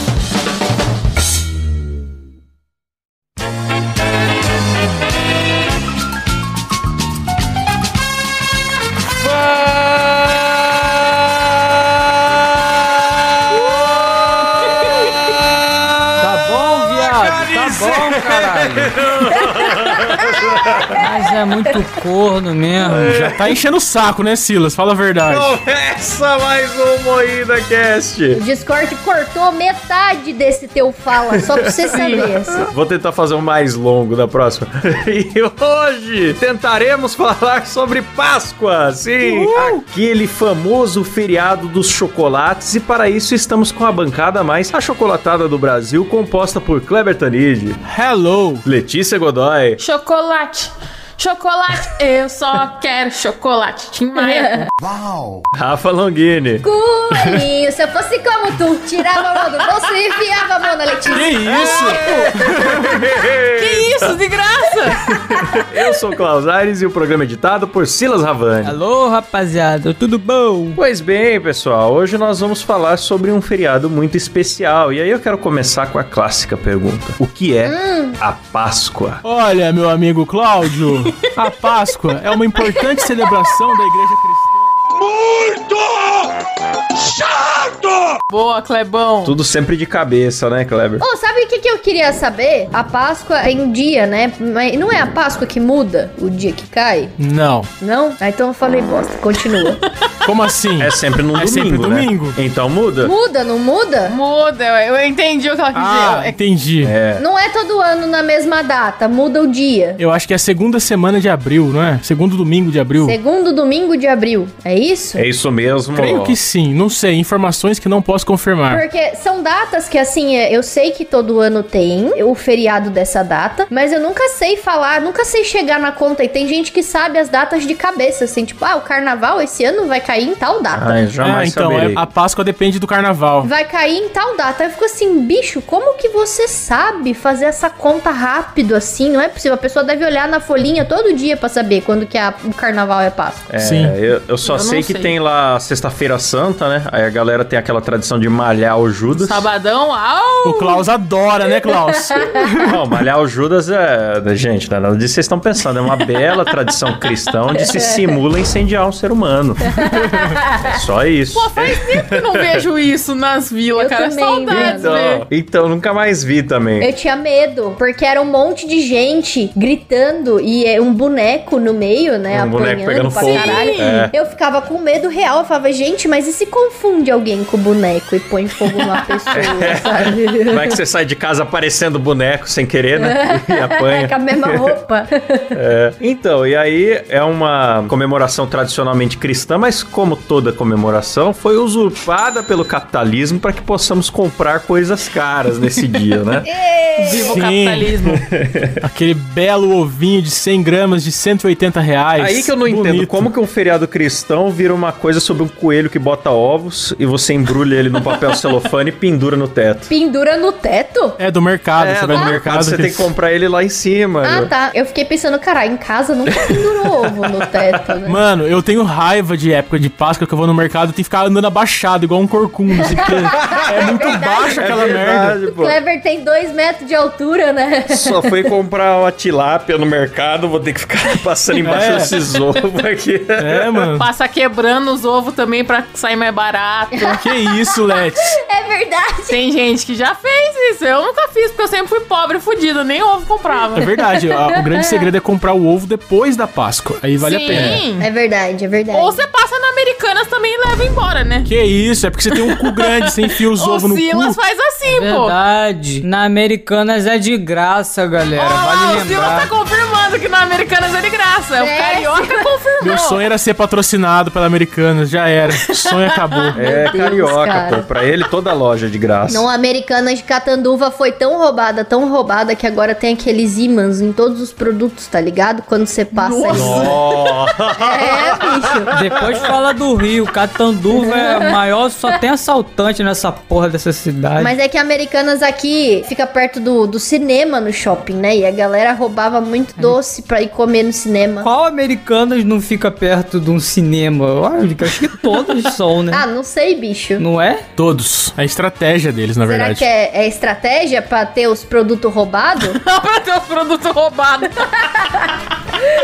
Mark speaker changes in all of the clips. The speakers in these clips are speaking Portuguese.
Speaker 1: Tá bom, viado? Tá bom, caralho. Mas é muito corno mesmo.
Speaker 2: Já tá enchendo o saco, né, Silas? Fala a verdade.
Speaker 3: Começa mais um Moída Cast.
Speaker 4: O Discord cortou metade desse teu fala, só pra você saber. assim.
Speaker 3: Vou tentar fazer um mais longo da próxima. e hoje tentaremos falar sobre Páscoa, sim! Uh! Aquele famoso feriado dos chocolates, e para isso estamos com a bancada mais achocolatada do Brasil, composta por Kleber Tanid,
Speaker 2: Hello!
Speaker 3: Letícia Godoy,
Speaker 1: Chocolate. Chocolate. Eu só quero chocolate. Tim
Speaker 4: É.
Speaker 1: Maia.
Speaker 3: Rafa Longini.
Speaker 4: Coelhinho, se eu fosse como tu, tirava a mão do bolso e enfiava a mão na Letícia.
Speaker 2: isso?
Speaker 1: Que isso, de graça!
Speaker 3: Eu sou o Klaus Aires e o programa é editado por Silas Ravani.
Speaker 1: Alô, rapaziada, tudo bom?
Speaker 3: Pois bem, pessoal, hoje nós vamos falar sobre um feriado muito especial. E aí eu quero começar com a clássica pergunta: O que é a Páscoa?
Speaker 2: Olha, meu amigo Cláudio, a Páscoa é uma importante celebração da Igreja Cristã.
Speaker 1: Boa, Clebão.
Speaker 3: Tudo sempre de cabeça, né, Kleber?
Speaker 4: Ô, sabe o que, que eu queria saber? A Páscoa é em dia, né? Mas não é a Páscoa que muda o dia que cai?
Speaker 2: Não.
Speaker 4: Não? Ah, então eu falei bosta. Continua.
Speaker 2: Como assim?
Speaker 3: É sempre no
Speaker 2: É
Speaker 3: domingo,
Speaker 2: sempre
Speaker 3: né?
Speaker 2: domingo.
Speaker 3: Então muda?
Speaker 4: Muda, não muda?
Speaker 1: Muda, eu entendi o que ela quis
Speaker 2: Ah,
Speaker 1: dizer.
Speaker 2: entendi.
Speaker 4: Não é todo ano na mesma data, muda o dia.
Speaker 2: Eu acho que é a segunda semana de abril, não é? Segundo domingo de abril.
Speaker 4: Segundo domingo de abril, é isso?
Speaker 3: É isso mesmo.
Speaker 2: Creio que sim, não sei. Informações que não posso confirmar.
Speaker 4: Porque são datas que, assim, é, eu sei que todo ano tem o feriado dessa data, mas eu nunca sei falar, nunca sei chegar na conta. E tem gente que sabe as datas de cabeça, assim, tipo, ah, o carnaval esse ano vai cair em tal data.
Speaker 3: Ai, jamais
Speaker 2: ah, então, é-
Speaker 3: saberei.
Speaker 2: a Páscoa depende do carnaval.
Speaker 4: Vai cair em tal data. Eu fico assim, bicho, como que você sabe fazer essa conta rápido assim? Não é possível. A pessoa deve olhar na folhinha todo dia pra saber quando que a- o carnaval é Páscoa.
Speaker 3: É,
Speaker 2: Sim.
Speaker 3: Eu, eu só
Speaker 1: Eu não
Speaker 3: sei que
Speaker 1: sei.
Speaker 3: tem lá Sexta-feira Santa, né? Aí a galera tem aquela tradição de malhar o Judas.
Speaker 1: Sabadão, au!
Speaker 2: O Klaus adora, né, Klaus?
Speaker 3: Não, malhar o Judas é. Gente, não é nada disso que vocês estão pensando. É uma bela tradição cristã onde se simula incendiar um ser humano. É Só isso.
Speaker 1: Pô, faz tempo que eu não vejo isso nas vilas,
Speaker 4: Eu
Speaker 1: cara.
Speaker 4: também,
Speaker 1: Saudades, né?
Speaker 3: Então, então, nunca mais vi
Speaker 1: É
Speaker 3: também.
Speaker 4: Eu tinha medo, porque era um monte de gente gritando e é um boneco no meio, né?
Speaker 3: Um boneco pegando
Speaker 4: apanhando pra
Speaker 3: fogo.
Speaker 4: caralho.
Speaker 3: É.
Speaker 4: Eu ficava com medo real, eu falava, gente, mas e se confunde alguém com o boneco e põe fogo numa pessoa, sabe?
Speaker 3: Como é que você sai de casa parecendo boneco sem querer, né? E apanha.
Speaker 4: com a mesma roupa.
Speaker 3: É. Então, e aí é uma comemoração tradicionalmente cristã, mas como toda comemoração, foi usurpada pelo capitalismo para que possamos comprar coisas caras nesse dia, né?
Speaker 1: Viva o
Speaker 2: Então, Sim.
Speaker 1: capitalismo.
Speaker 2: Aquele belo ovinho de 100 gramas de 180 reais.
Speaker 4: É
Speaker 3: Aí que eu não
Speaker 2: Bonito.
Speaker 3: entendo como que um feriado cristão vira uma coisa sobre um coelho que bota ovo, ovos e você embrulha ele no papel celofane e pendura no teto.
Speaker 4: Pendura no teto?
Speaker 2: É do mercado,
Speaker 3: É,
Speaker 2: você vai
Speaker 3: no
Speaker 2: no
Speaker 3: mercado
Speaker 2: mercado.
Speaker 3: você
Speaker 2: que-
Speaker 3: tem que comprar ele lá em cima.
Speaker 4: tá. Ah,
Speaker 3: meu.
Speaker 4: tá. Eu fiquei pensando, caralho, em casa nunca pendurou ovo no teto, né?
Speaker 2: Mano, eu tenho raiva de época de Páscoa que eu vou no mercado e tenho que ficar andando abaixado, igual um corcunda, assim, porque é muito baixo
Speaker 3: É
Speaker 2: aquela merda.
Speaker 3: verdade, pô.
Speaker 4: Clever tem dois metros de altura, né?
Speaker 3: Só fui comprar uma tilápia no mercado, vou ter que ficar passando embaixo
Speaker 2: É.
Speaker 3: desses ovos aqui.
Speaker 2: É, mano.
Speaker 1: Passa quebrando os ovos também pra sair mais barato.
Speaker 2: Que isso, Let's?
Speaker 4: É verdade.
Speaker 1: Tem gente que já fez isso. Eu nunca fiz, porque eu sempre fui pobre, fodida, nem ovo comprava.
Speaker 2: É verdade, a- o grande segredo é comprar o ovo depois da Páscoa. Aí vale a pena.
Speaker 1: Sim.
Speaker 4: É verdade, é verdade.
Speaker 1: Ou você passa na Americanas também e leva embora, né?
Speaker 2: Que isso, é porque você tem um cu grande, você enfia os
Speaker 1: O
Speaker 2: ovos no
Speaker 1: Silas
Speaker 2: cu.
Speaker 1: faz assim,
Speaker 4: É
Speaker 1: pô.
Speaker 5: Verdade. Na Americanas é de graça, galera.
Speaker 1: Olha lá,
Speaker 5: vale
Speaker 1: o Silas tá
Speaker 5: lembrar.
Speaker 1: confirmando que na Americanas é de graça. O
Speaker 4: É,
Speaker 1: Carioca confirmou.
Speaker 2: Meu sonho era ser patrocinado pela Americanas, já era. O sonho acabou.
Speaker 3: É
Speaker 4: Deus,
Speaker 3: carioca,
Speaker 4: cara.
Speaker 3: pô. Pra ele, toda loja é de graça.
Speaker 4: Não, a americana de Catanduva foi tão roubada, tão roubada, que agora tem aqueles ímãs em todos os produtos, tá ligado? Quando você passa isso.
Speaker 3: Nossa.
Speaker 4: É, bicho.
Speaker 5: Depois fala do Rio. Catanduva é maior, só tem assaltante nessa porra dessa cidade.
Speaker 4: Mas é que Americanas aqui fica perto do, do cinema no shopping, né? E a galera roubava muito doce pra ir comer no cinema.
Speaker 5: Qual Americanas não fica perto de um cinema? Olha, eu acho que todos são, né?
Speaker 4: Ah, não sei, bicho.
Speaker 5: Não é?
Speaker 2: Todos. A estratégia deles, na
Speaker 4: Será
Speaker 2: verdade.
Speaker 4: que é, é estratégia pra ter os produtos roubados?
Speaker 1: Só pra ter os produtos roubados.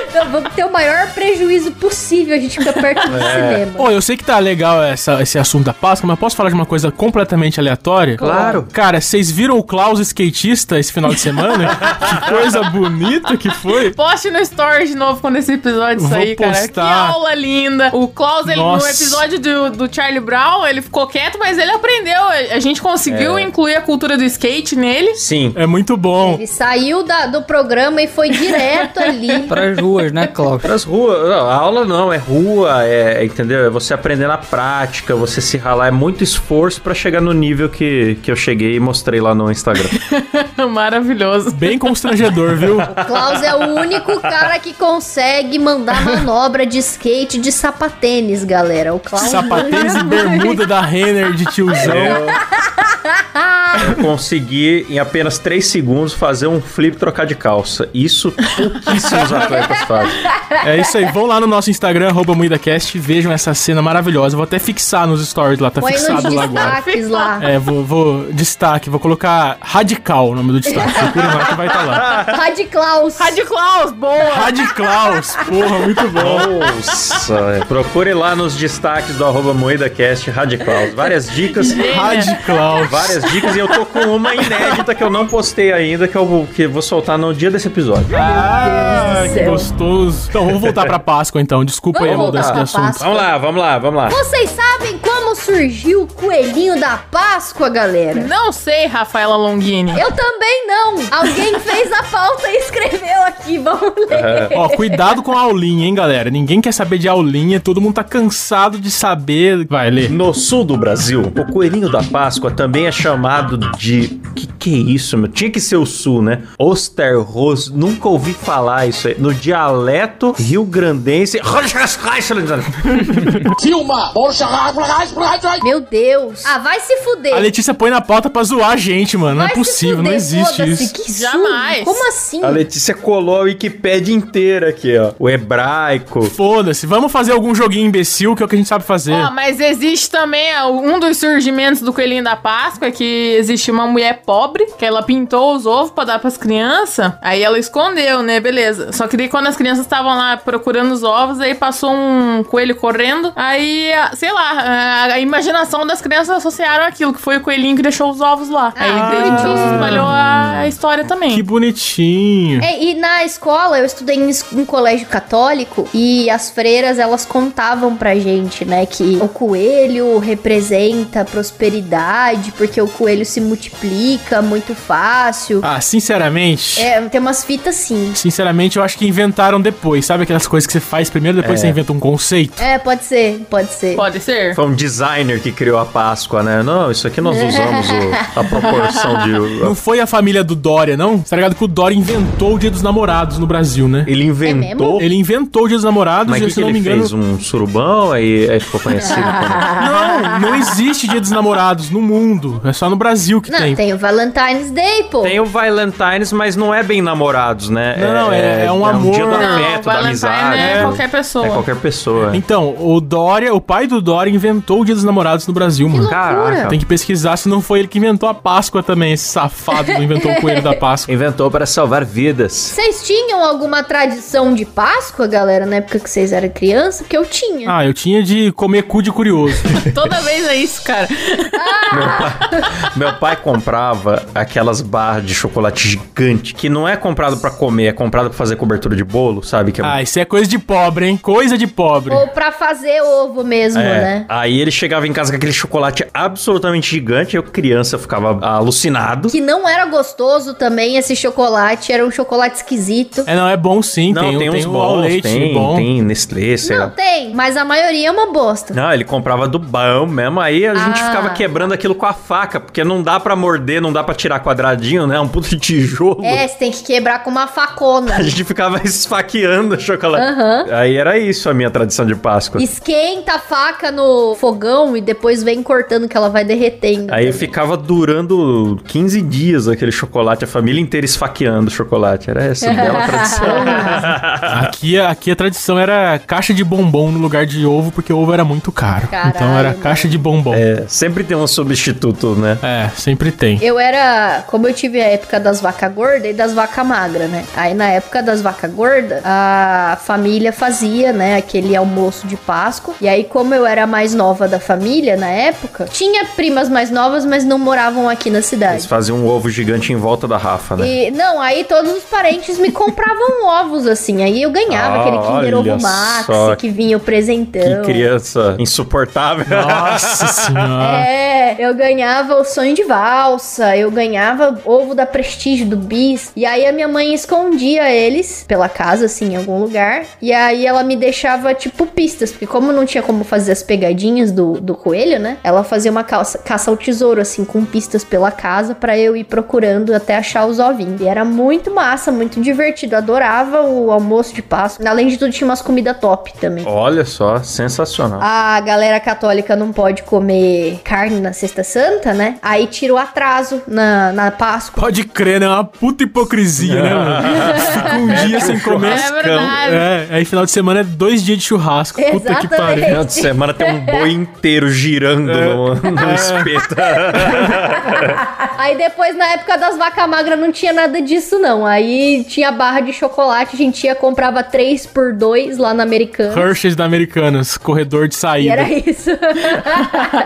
Speaker 4: Então, Vamos ter o maior prejuízo possível, a gente fica perto do cinema.
Speaker 2: Ô, eu sei que tá legal essa- esse assunto da Páscoa, mas posso falar de uma coisa completamente aleatória?
Speaker 5: Claro.
Speaker 2: Cara, vocês viram o Klaus skatista esse final de semana? que coisa bonita que foi.
Speaker 1: Poste no story de novo quando esse episódio
Speaker 2: Vou
Speaker 1: sair, cara. Que
Speaker 2: postar.
Speaker 1: aula linda. O Klaus, ele, no
Speaker 2: Nossa.
Speaker 1: episódio do, do Charlie Brown, ele ficou quieto, mas ele aprendeu. A a gente conseguiu incluir a cultura do skate nele.
Speaker 3: Sim.
Speaker 2: É muito bom.
Speaker 4: Ele saiu da- do programa e foi direto ali.
Speaker 5: Pras ruas, né, Cláudio?
Speaker 3: Pras ruas, não, a aula não, é rua, é, entendeu? É você aprender na prática, você se ralar, é muito esforço pra chegar no nível que, que eu cheguei e mostrei lá no Instagram.
Speaker 1: Maravilhoso.
Speaker 2: Bem constrangedor, viu?
Speaker 4: Klaus é o único cara que consegue mandar manobra de skate de sapatênis, galera. O Klaus.
Speaker 2: Sapatênis e bermuda da Renner de
Speaker 3: É.
Speaker 2: tiozão.
Speaker 3: Então, Eu consegui, em apenas 3 segundos, fazer um flip e trocar de calça. Isso pouquíssimos atletas fazem.
Speaker 2: É isso aí. Vão lá no nosso Instagram, arroba MuidaCast, e vejam essa cena maravilhosa. Vou até fixar nos stories lá, tá
Speaker 4: Põe nos
Speaker 2: fixado lá agora.
Speaker 4: destaques lá.
Speaker 2: É, vou, vou- Destaque, vou colocar Radical o nome do destaque. Procurem lá que vai estar lá.
Speaker 4: Rádio Klaus.
Speaker 1: Rádio Klaus, boa.
Speaker 2: Radiklaus, porra, muito bom.
Speaker 3: Nossa! é. Procure lá nos destaques do arroba MoedaCast Radical. Várias dicas.
Speaker 4: né?
Speaker 2: Radiklaus.
Speaker 3: Várias dicas e eu tô com uma inédita que eu não postei ainda, que eu vou, que eu vou soltar no dia desse episódio.
Speaker 2: Ah,
Speaker 4: Deus do
Speaker 2: que
Speaker 4: céu.
Speaker 2: gostoso. Então, vamos voltar pra Páscoa, então. Desculpa aí a
Speaker 4: Vamos
Speaker 2: mudança de
Speaker 4: voltar pra
Speaker 2: assunto.
Speaker 3: Vamos lá, vamos lá, vamos lá.
Speaker 4: Vocês sabem como surgiu o coelhinho da Páscoa, galera?
Speaker 1: Não sei, Rafaela Longini.
Speaker 4: Eu também não. Alguém fez a pauta e escreveu aqui. Vamos ler.
Speaker 2: Ó, cuidado com a aulinha, hein, galera. Ninguém quer saber de aulinha, todo mundo tá cansado de saber. Vai, Lê.
Speaker 3: No sul do Brasil, o coelhinho da Páscoa também é chamado de. Que que é isso, meu? Tinha que ser o sul, né? Osterros. Nunca ouvi falar isso aí. No dialeto rio-grandense.
Speaker 4: Meu Deus. Ah, vai se fuder.
Speaker 2: A Letícia põe na pauta pra zoar a gente, mano. Não
Speaker 4: Vai
Speaker 2: é
Speaker 4: se
Speaker 2: possível, não
Speaker 4: fuder,
Speaker 2: existe
Speaker 4: foda-se,
Speaker 2: isso.
Speaker 4: que sujo.
Speaker 1: Jamais.
Speaker 4: Como assim?
Speaker 3: A Letícia colou a Wikipédia inteira aqui, ó. O hebraico.
Speaker 2: Foda-se, vamos fazer algum joguinho imbecil, que é o que a gente sabe fazer.
Speaker 1: Ó, mas existe também ó, um dos surgimentos do Coelhinho da Páscoa, é que existe uma mulher pobre, que ela pintou os ovos pra dar pras crianças, aí ela escondeu, né? Beleza. Só que daí quando as crianças estavam lá procurando os ovos, aí passou um coelho correndo, aí, a- sei lá, a, a imaginação das crianças associaram aquilo, que foi o coelhinho que deixou os ovos lá. Aí desde então se espalhou a, a história também.
Speaker 2: Que bonitinho.
Speaker 4: É, e na escola, eu estudei em, es- em colégio católico e as freiras elas contavam pra gente, né, que o coelho representa prosperidade, porque o coelho se multiplica muito fácil.
Speaker 2: Ah, sinceramente.
Speaker 4: É, tem umas fitas assim. sim.
Speaker 2: Sinceramente, eu acho que inventaram É. depois. Sabe aquelas coisas que você faz primeiro, depois você inventa um conceito?
Speaker 4: É, pode ser, pode ser.
Speaker 1: Pode ser?
Speaker 3: Foi um designer que criou a Páscoa, né? Não, isso aqui nós usamos o- a proporção
Speaker 2: Não
Speaker 3: de.
Speaker 2: foi a família do Dória, não? Você tá ligado que o Dória inventou o Dia dos Namorados no Brasil, né?
Speaker 3: Ele
Speaker 4: É
Speaker 3: inventou.
Speaker 2: Ele inventou o Dia dos Namorados
Speaker 3: É Mas o
Speaker 2: e,
Speaker 3: que,
Speaker 2: se
Speaker 3: que
Speaker 2: eu não
Speaker 3: ele
Speaker 2: me engano.
Speaker 3: fez? Um surubão? Aí, aí ficou conhecido como.
Speaker 2: Não, não existe Dia dos Namorados no mundo. É só no Brasil que
Speaker 4: Não, tem.
Speaker 2: tem.
Speaker 4: o Valentine's Day, pô.
Speaker 3: Tem o Valentine's, mas não é bem namorados, né?
Speaker 2: Não, não, é- é um amor-
Speaker 3: dia do
Speaker 2: Não,
Speaker 3: afeto, da
Speaker 1: Valentine
Speaker 3: amizade.
Speaker 1: é
Speaker 3: do-
Speaker 1: qualquer pessoa.
Speaker 3: É qualquer pessoa.
Speaker 2: Então, o Dória, o pai do Dória inventou o Dia dos Namorados no Brasil, mano.
Speaker 3: Caraca.
Speaker 2: Tem que pesquisar se não foi ele que inventou a Páscoa também, esse safado que inventou o coelho da Páscoa.
Speaker 3: Inventou para salvar vidas.
Speaker 4: Vocês tinham alguma tradição de Páscoa, galera, na época que vocês eram criança? Porque eu tinha.
Speaker 2: Ah, eu tinha de comer cu de curioso.
Speaker 1: Toda vez é isso, cara.
Speaker 3: Meu pai comprava aquelas barras de chocolate gigante, que não é comprado pra comer, é comprado pra fazer cobertura de bolo, sabe? Que é
Speaker 2: Ah, isso é coisa de pobre, hein? Coisa de pobre.
Speaker 4: Ou pra fazer ovo mesmo,
Speaker 3: É,
Speaker 4: né?
Speaker 3: Aí ele chegava em casa com aquele chocolate absolutamente gigante, eu criança ficava alucinado.
Speaker 4: Que não era gostoso também esse chocolate, era um chocolate esquisito.
Speaker 2: É, não, é bom sim.
Speaker 3: não, tem,
Speaker 2: um-
Speaker 3: uns
Speaker 2: um ao
Speaker 3: bons,
Speaker 2: leite
Speaker 3: tem,
Speaker 2: bom.
Speaker 3: tem Nestlé, sei
Speaker 4: Não
Speaker 3: lá.
Speaker 4: tem, mas a maioria é uma bosta.
Speaker 3: Não, ele comprava do bão mesmo, aí a gente
Speaker 4: Ah.
Speaker 3: ficava quebrando aquilo com a faca, porque não dá pra morder, não dá pra tirar quadradinho, né? É um puto de tijolo.
Speaker 4: É, você tem que quebrar com uma facona.
Speaker 3: A gente ficava esfaqueando o chocolate.
Speaker 4: Aham.
Speaker 3: Aí era isso a minha tradição de Páscoa.
Speaker 4: Esquenta a faca no fogão e depois vem cortando que ela vai derretendo.
Speaker 3: Aí ficava durando 15 dias aquele chocolate, a família inteira esfaqueando o chocolate. Era essa a bela tradição.
Speaker 2: Aqui, aqui a tradição era caixa de bombom no lugar de ovo, porque ovo era muito caro.
Speaker 4: Caralho,
Speaker 2: então era
Speaker 4: mano.
Speaker 2: caixa de bombom. É.
Speaker 3: É, sempre tem um substituto, né?
Speaker 2: sempre tem.
Speaker 4: Eu era, como eu tive a época das vacas gordas e das vacas magras, né? Aí na época das vacas gordas, a família fazia, né, aquele almoço de Páscoa. E aí, como eu era a mais nova da família na época, tinha primas mais novas, mas não moravam aqui na
Speaker 3: Eles
Speaker 4: cidade.
Speaker 3: faziam um ovo gigante em volta da Rafa, né?
Speaker 4: E, não, aí todos os parentes me compravam ovos, assim. Aí eu ganhava
Speaker 3: Ah,
Speaker 4: aquele Kinder Ovo
Speaker 3: olha
Speaker 4: Max,
Speaker 3: só.
Speaker 4: que vinha o presentão.
Speaker 3: Que criança insuportável.
Speaker 2: Nossa senhora.
Speaker 4: É, eu ganhava o sonho de valsa, eu ganhava ovo da prestígio do bis. E aí a minha mãe escondia eles pela casa, assim, em algum lugar. E aí ela me deixava, tipo, pistas, porque como não tinha como fazer as pegadinhas do, do coelho, né? Ela fazia uma calça- caça ao tesouro, assim, com pistas pela casa pra eu ir procurando até achar os ovinhos. E era muito massa, muito divertido. Adorava o almoço de Páscoa. Além de tudo, tinha umas comidas top também.
Speaker 3: Olha só, sensacional.
Speaker 4: A galera católica não pode comer carne na Sexta Santa, né? Aí tira o atraso na, na Páscoa.
Speaker 2: Pode crer, né? É uma puta hipocrisia, né, mano? Fica um dia sem comer.
Speaker 1: É verdade.
Speaker 2: É, aí final de semana é dois dias de churrasco. Puta que
Speaker 4: Exatamente.
Speaker 2: pariu.
Speaker 3: Final de semana tem um boi inteiro girando no,
Speaker 2: É.
Speaker 3: no espeto.
Speaker 4: Aí depois, na época das vacas magras, não tinha nada disso, não. Aí tinha barra de chocolate, a gente ia, comprava três por dois lá na Americana.
Speaker 2: Hershey's da Americanas, corredor de
Speaker 4: E
Speaker 2: saída.
Speaker 4: era isso.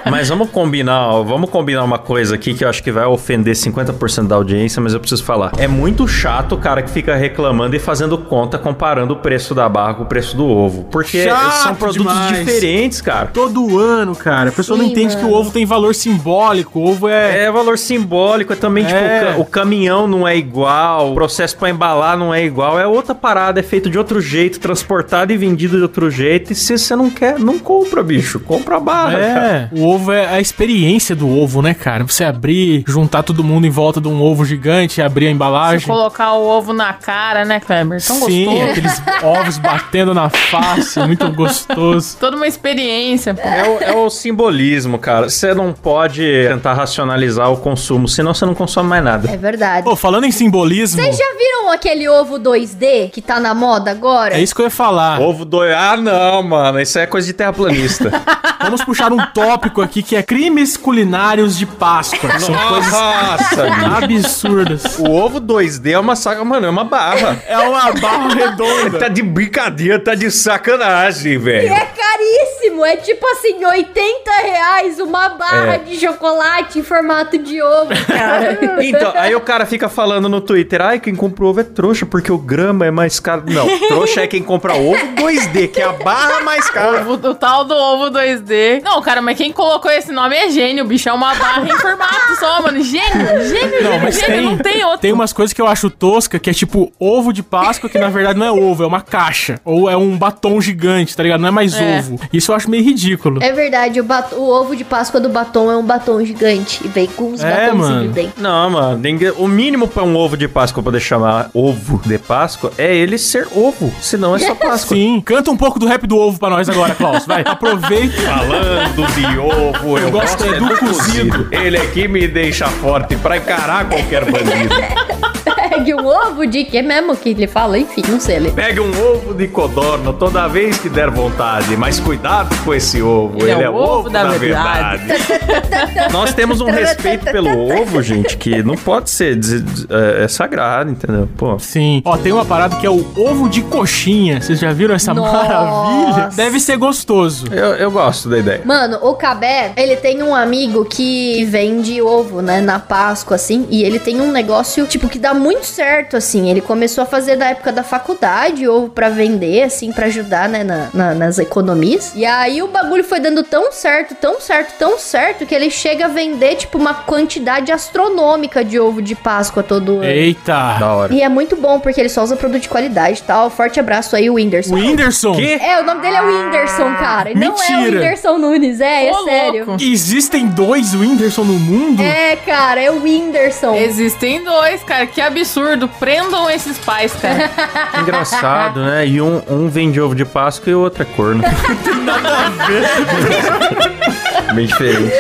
Speaker 3: Mas vamos combinar, ó, vamos combinar uma coisa aqui que eu acho que vai ofender 50% da audiência, mas eu preciso falar. É muito chato o cara que fica reclamando e fazendo conta comparando o preço da barra com o preço do ovo, porque
Speaker 2: Chato
Speaker 3: são produtos
Speaker 2: demais.
Speaker 3: diferentes, cara.
Speaker 2: Todo ano, cara. A pessoa não
Speaker 4: Sim,
Speaker 2: entende que o ovo tem valor simbólico. O ovo é.
Speaker 3: É valor simbólico, é também, tipo,
Speaker 2: É.
Speaker 3: o ca- o caminhão não é igual, o processo pra embalar não é igual, é outra parada, é feito de outro jeito, transportado e vendido de outro jeito, e se você não quer, não compra, bicho, compra a barra, cara.
Speaker 2: É, o ovo é a experiência do ovo, né, cara? Você abrir, juntar todo mundo em volta de um ovo gigante, abrir a
Speaker 1: Se
Speaker 2: embalagem.
Speaker 1: colocar o ovo na cara, né, Kleber? Tão
Speaker 2: Sim, é
Speaker 1: gostoso.
Speaker 2: aqueles ovos batendo na face, muito gostoso.
Speaker 1: Toda uma experiência. pô.
Speaker 3: É o, é o simbolismo, cara. Você não pode tentar racionalizar o consumo, senão você não consome mais nada.
Speaker 4: É verdade.
Speaker 2: Pô, falando em simbolismo,
Speaker 4: Vocês já viram aquele ovo 2D que tá na moda agora?
Speaker 2: é isso que eu ia falar.
Speaker 3: Ovo doi... Ah, não, mano. Isso é coisa de terraplanista.
Speaker 2: Vamos puxar um tópico aqui que é crimes culinários de Páscoa. que São coisas
Speaker 3: Nossa, bicho.
Speaker 2: absurdas.
Speaker 3: O ovo 2D é uma saca, mano, é uma barra.
Speaker 2: É uma barra redonda.
Speaker 3: Tá de brincadeira, tá de sacanagem, velho.
Speaker 4: É caríssimo, é tipo assim, 80 reais uma barra
Speaker 3: É.
Speaker 4: de chocolate em formato de ovo, cara.
Speaker 3: Então, aí o cara fica falando no Twitter, ai, quem compra ovo é trouxa, porque o grama é mais caro. Não, trouxa é quem compra ovo 2D, que é a barra mais cara.
Speaker 1: O, o tal do ovo 2D dizer. Não, cara, mas quem colocou esse nome é gênio, bicho. É uma barra em formato só, mano. Gênio, gênio,
Speaker 2: Não,
Speaker 1: gênio,
Speaker 2: mas
Speaker 1: gênio.
Speaker 2: tem,
Speaker 1: Não tem outro.
Speaker 2: tem umas coisas que eu acho tosca, que é tipo ovo de Páscoa, que na verdade não é ovo, é uma caixa. Ou é um batom gigante, tá ligado? Não é mais
Speaker 1: É.
Speaker 2: ovo. Isso eu acho meio ridículo.
Speaker 4: É verdade, o, bat- o ovo de Páscoa do batom é um batom gigante. E vem com uns
Speaker 2: É, mano.
Speaker 4: batonzinhos dentro.
Speaker 3: Não, mano, ninguém- o mínimo pra um ovo de Páscoa poder chamar ovo de Páscoa é ele ser ovo, senão é só Páscoa.
Speaker 2: Sim. Canta um pouco do rap do ovo pra nós agora, Klaus. Vai, aproveita.
Speaker 3: Falando de ovo, eu,
Speaker 2: gosto é do cozido.
Speaker 3: Ele aqui me deixa forte pra encarar qualquer bandido.
Speaker 4: Pegue um ovo de que mesmo que ele fala, enfim, não sei. Ele.
Speaker 3: Pega um ovo de codorna toda vez que der vontade, mas cuidado com esse ovo. Ele, é, o ovo, da, verdade. Nós temos um respeito pelo ovo, gente, que não pode ser des- des- é, é sagrado, entendeu? Pô.
Speaker 2: Sim. Ó, tem uma parada que é o ovo de coxinha. Vocês já viram essa
Speaker 4: Nossa.
Speaker 2: maravilha? Deve ser gostoso.
Speaker 3: Eu, eu gosto da ideia.
Speaker 4: Mano, o Cabé, ele tem um amigo que vende ovo, né, na Páscoa, assim, e ele tem um negócio, tipo, que dá muito certo, assim. Ele começou a fazer da época da faculdade ovo pra vender, assim, pra ajudar, né, na- na- nas economias. E aí o bagulho foi dando tão certo, tão certo, tão certo, que ele chega a vender, tipo, uma quantidade astronômica de ovo de Páscoa todo
Speaker 2: É,
Speaker 4: ano.
Speaker 2: Eita.
Speaker 3: Da hora.
Speaker 4: E é muito bom, porque ele só usa produto de qualidade e tal. Forte abraço aí, Whindersson.
Speaker 2: Whindersson.
Speaker 3: Que?
Speaker 4: É, o nome dele é Whindersson, cara. E Não é o
Speaker 2: Mentira.
Speaker 4: Whindersson Nunes, é, é
Speaker 1: Ah, Ô,
Speaker 4: sério.
Speaker 1: louco.
Speaker 2: Existem dois Whindersson no mundo?
Speaker 4: É, cara, é o Whindersson.
Speaker 2: um-
Speaker 1: Existem dois, cara. Que absurdo. Prendam esses pais, cara.
Speaker 3: Engraçado, né? E um, um vende ovo de Páscoa e o outro é corno. Bem diferente.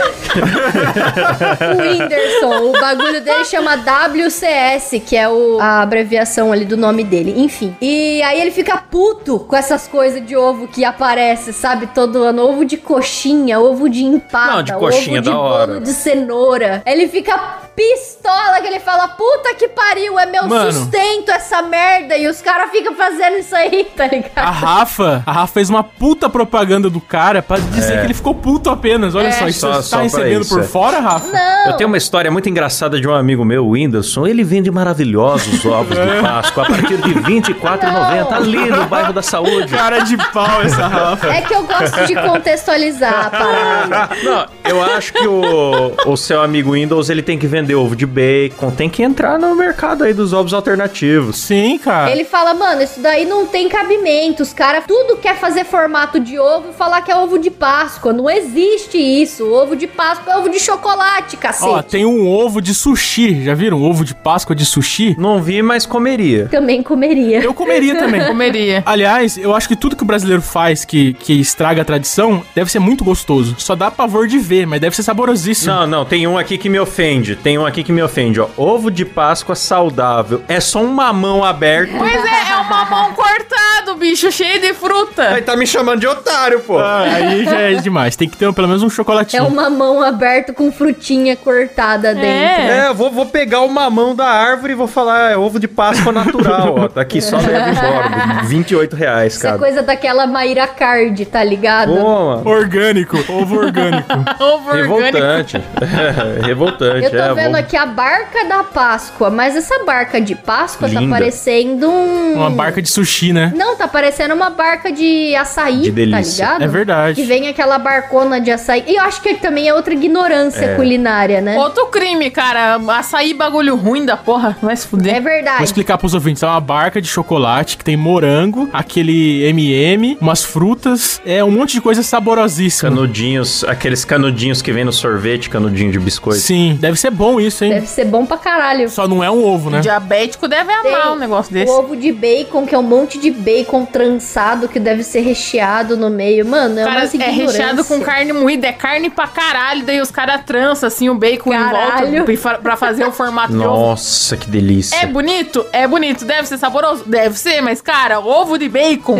Speaker 4: O Whindersson. o bagulho dele chama WCS, que é o- a abreviação ali do nome dele. Enfim. E aí ele fica puto com essas coisas de ovo que aparece, sabe? Todo ano. Ovo de coxinha, ovo de empada.
Speaker 3: Não, de coxinha,
Speaker 4: ovo de
Speaker 3: da
Speaker 4: bolo
Speaker 3: hora.
Speaker 4: de cenoura. Ele fica pistola que ele fala, puta que pariu, é meu
Speaker 2: Mano.
Speaker 4: sustento essa merda. E os caras ficam fazendo isso aí, tá ligado?
Speaker 2: A Rafa, a Rafa fez uma puta propaganda do cara pra dizer que ele ficou puto apenas.
Speaker 4: É.
Speaker 2: Olha só, isso
Speaker 3: É. Só-
Speaker 2: você
Speaker 3: só
Speaker 2: tá
Speaker 3: pra
Speaker 2: recebendo
Speaker 3: isso,
Speaker 2: por
Speaker 3: é.
Speaker 2: fora, Rafa?
Speaker 3: Eu tenho uma história muito engraçada de um amigo meu, o Whindersson. Ele vende maravilhosos ovos de Páscoa a partir de R$24,90 ali no bairro da saúde.
Speaker 2: Cara de pau essa Rafa.
Speaker 4: É que eu gosto de contextualizar a parada.
Speaker 3: Não, eu acho que o, o seu amigo Windows ele tem que vender ovo de bacon, tem que entrar no mercado aí dos ovos alternativos.
Speaker 2: Sim,
Speaker 3: Ah.
Speaker 2: cara.
Speaker 4: Ele fala, mano, isso daí não tem cabimento. Os caras tudo quer fazer formato de ovo e falar que é ovo de Páscoa. Não existe isso. Ovo de Páscoa é ovo de chocolate, cacete.
Speaker 2: Ó, tem um ovo de sushi. Já viram? um Ovo de Páscoa de sushi?
Speaker 3: Não vi, mas comeria.
Speaker 4: Também comeria.
Speaker 2: Eu comeria também.
Speaker 1: Comeria.
Speaker 2: Aliás, eu acho que tudo que o brasileiro faz que, que estraga a tradição deve ser muito gostoso. Só dá pavor de ver, mas deve ser saborosíssimo.
Speaker 3: Não, não, tem um aqui que me ofende. Tem um aqui que me ofende, ó. Ovo de Páscoa saudável. É só um mamão aberto.
Speaker 1: Pois é, é um mamão cortado, bicho. Cheio de fruta.
Speaker 3: tá me chamando de otário, pô.
Speaker 2: Ah, aí já é demais. Tem que ter pelo menos um
Speaker 4: É
Speaker 2: chocolatinho.
Speaker 4: uma mão aberta com frutinha cortada dentro.
Speaker 1: É.
Speaker 3: É, eu vou, vou pegar o mamão da árvore e vou falar, é ovo de Páscoa natural, ó. Tá aqui só leva embora. R$ 28 reais,
Speaker 4: Isso é
Speaker 3: cara.
Speaker 4: coisa daquela Mayra Card, tá ligado?
Speaker 3: Pô, mano.
Speaker 2: Orgânico. Ovo orgânico.
Speaker 1: Ovo orgânico.
Speaker 3: Revoltante. É, revoltante.
Speaker 4: Eu tô
Speaker 3: é,
Speaker 4: vendo
Speaker 3: vamos-
Speaker 4: aqui a barca da Páscoa, mas essa barca de Páscoa tá
Speaker 3: Linda.
Speaker 4: parecendo um.
Speaker 2: Uma barca de sushi, né?
Speaker 4: Não, tá parecendo uma barca de açaí,
Speaker 3: De
Speaker 4: tá
Speaker 3: delícia.
Speaker 4: ligado?
Speaker 2: É verdade.
Speaker 4: Que vem aquela barcona de açaí. E eu acho que também é outra ignorância culinária, né?
Speaker 1: Outro crime, cara. Açaí bagulho ruim da porra. Vai se fuder.
Speaker 4: É
Speaker 2: Vou
Speaker 4: verdade.
Speaker 2: explicar pros ouvintes. É uma barca de chocolate que tem morango, aquele M&M, umas frutas. É um monte de coisa saborosíssima.
Speaker 3: Canudinhos, aqueles canudinhos que vem no sorvete, canudinho de biscoito.
Speaker 2: Sim, deve ser bom isso, hein?
Speaker 4: Deve ser bom pra caralho.
Speaker 2: Só não é um ovo, né?
Speaker 1: Diabético deve amar
Speaker 4: Tem
Speaker 1: um negócio
Speaker 4: O
Speaker 1: desse.
Speaker 4: ovo de bacon, que é um monte de bacon trançado que deve ser recheado no meio. Mano, é
Speaker 1: Cara,
Speaker 4: uma ignorância.
Speaker 1: é recheado com carne moída, é carne pra caralho. Daí os caras trançam assim o bacon em
Speaker 4: Caralho.
Speaker 1: volta e fa- pra fazer o formato de ovo.
Speaker 3: Nossa, que delícia.
Speaker 1: É bonito? É bonito. Deve ser saboroso? Deve ser, mas, cara, ovo de bacon.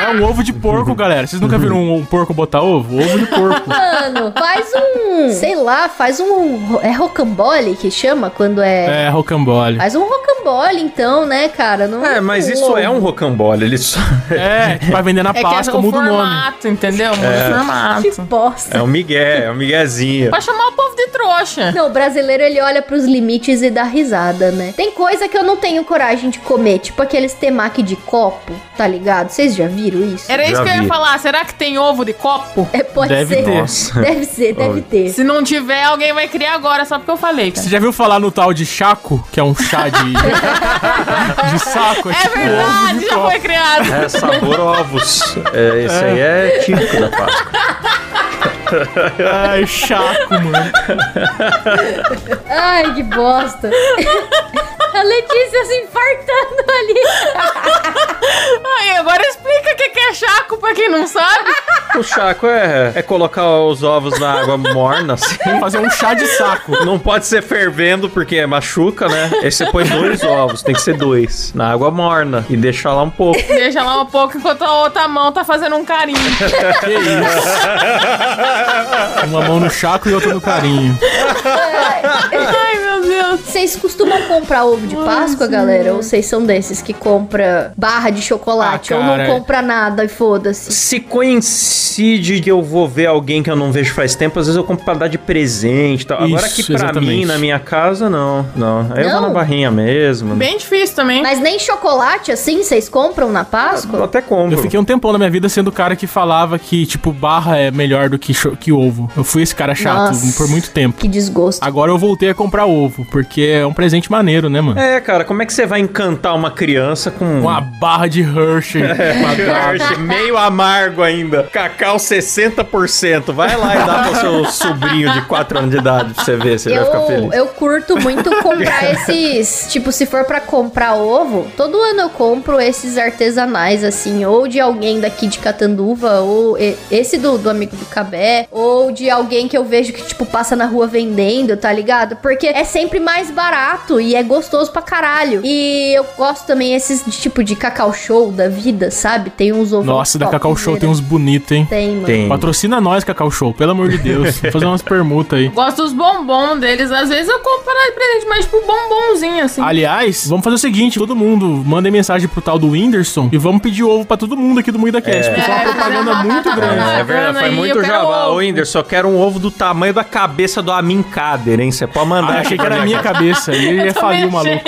Speaker 2: É um ovo de porco, galera. Vocês nunca viram um, um porco botar ovo? Ovo de porco.
Speaker 4: Mano, faz um... Sei lá, faz um... É rocambole que chama quando é...
Speaker 2: É, rocambole.
Speaker 4: Faz um rocambole, então, né, cara? Não...
Speaker 3: É, mas isso é um rocambole, ele só...
Speaker 2: É, vai vender na
Speaker 1: é que é
Speaker 2: Páscoa,
Speaker 1: o
Speaker 2: muda o nome. É.
Speaker 1: formato, entendeu? Muda o
Speaker 4: Que
Speaker 1: formato.
Speaker 4: bosta.
Speaker 3: É um migué, é um miguezinho.
Speaker 1: Pra chamar o povo de trouxa.
Speaker 4: Não, o brasileiro ele olha pros limites e dá risada, né? Tem coisa que eu não tenho coragem de comer, tipo aqueles temaki de copo, tá ligado? Vocês já viram isso?
Speaker 1: Era isso
Speaker 3: Já
Speaker 1: que eu ia
Speaker 3: vi.
Speaker 1: falar. Será que tem ovo de copo?
Speaker 4: É, pode
Speaker 2: Deve
Speaker 4: ser.
Speaker 2: ter.
Speaker 3: Nossa.
Speaker 4: Deve ser, deve ter.
Speaker 1: Se não tiver, alguém vai criar agora, só porque eu falei, cara.
Speaker 2: Você já viu falar no tal de chaco, que é um chá de, de saco?
Speaker 1: É
Speaker 2: tipo ovo de
Speaker 1: verdade, já
Speaker 2: copo.
Speaker 1: foi criado.
Speaker 3: É sabor ovos. É, esse aí é típico da Páscoa.
Speaker 2: Ai, chaco, mano.
Speaker 4: Ai, que bosta. A Letícia se infartando ali.
Speaker 1: Ai, agora explica o que que é chaco pra quem não sabe.
Speaker 3: O chaco é, é colocar os ovos na água morna, assim.
Speaker 2: Fazer um chá de saco.
Speaker 3: Não pode ser fervendo porque machuca, né? Aí você põe dois ovos, tem que ser dois. Na água morna. E deixar lá um pouco.
Speaker 1: Deixa lá um pouco enquanto a outra mão tá fazendo um carinho.
Speaker 2: Que isso? Uma mão no chaco e outra no carinho.
Speaker 1: Ai, meu Deus.
Speaker 4: Vocês costumam comprar ovo de Páscoa, galera? Ou vocês são desses que compra barra de chocolate?
Speaker 2: Ah,
Speaker 4: ou não
Speaker 2: cara.
Speaker 4: compra nada e foda-se?
Speaker 3: Se coincide que eu vou ver alguém que eu não vejo faz tempo, às vezes eu compro pra dar de presente e tal. Agora
Speaker 2: Isso,
Speaker 3: que pra mim,
Speaker 2: exatamente.
Speaker 3: na minha casa, não. Não. Aí eu vou
Speaker 4: Não?
Speaker 3: na barrinha mesmo.
Speaker 1: Bem difícil também.
Speaker 4: Mas nem chocolate assim vocês compram na
Speaker 3: Eu
Speaker 4: Páscoa?
Speaker 3: até compro.
Speaker 2: Eu fiquei um tempão na minha vida sendo o cara que falava que, tipo, barra é melhor do que, cho- que ovo. Eu fui esse cara chato
Speaker 4: Nossa.
Speaker 2: por muito tempo.
Speaker 4: Que desgosto.
Speaker 2: Agora eu voltei a comprar ovo, porque é um presente maneiro, né, mano?
Speaker 3: É, cara, como é que você vai encantar uma criança com
Speaker 2: Uma barra de Hershey.
Speaker 3: É.
Speaker 2: quadrada.
Speaker 3: Hershey meio amargo ainda? Cacau 60%. Vai lá e dá pro seu sobrinho de 4 anos de idade pra você ver se ele vai ficar
Speaker 4: Eu,
Speaker 3: feliz.
Speaker 4: eu curto muito comprar esses. Tipo, se for pra comprar ovo, todo ano eu compro esses artesanais, assim, ou de alguém daqui de Catanduva, ou e- esse do, do amigo do Cabé, ou de alguém que eu vejo que, tipo, passa na rua vendendo, tá ligado? Porque é sempre mais barato e é gostoso pra caralho. E eu gosto também esses de, tipo de cacau show da vida, sabe? Tem uns ovos.
Speaker 2: Nossa, da
Speaker 4: top,
Speaker 2: Cacau Show tem uns bonitos, hein?
Speaker 4: Tem, mano.
Speaker 3: Tem.
Speaker 2: Patrocina nós, Cacau Show, pelo amor de Deus. Vou fazer umas permutas aí.
Speaker 1: Gosto dos bombons deles. Às vezes eu compro pra dar de presente, mas tipo bombonzinho, assim.
Speaker 2: Aliás, vamos fazer o seguinte: todo mundo mandem mensagem pro tal do Whindersson e vamos pedir ovo pra todo mundo aqui do Moída Cast. Porque é uma propaganda muito grande.
Speaker 3: É,
Speaker 1: Ah,
Speaker 3: é verdade,
Speaker 1: Ana,
Speaker 3: foi
Speaker 1: e
Speaker 3: muito
Speaker 1: eu quero
Speaker 3: jabá.
Speaker 1: ovo.
Speaker 3: Ô, Inder, só quero um ovo do tamanho da cabeça do Amin Kader, hein? Você pode mandar.
Speaker 2: Ah, achei que era a minha cabeça. E ele ia é falir o maluco.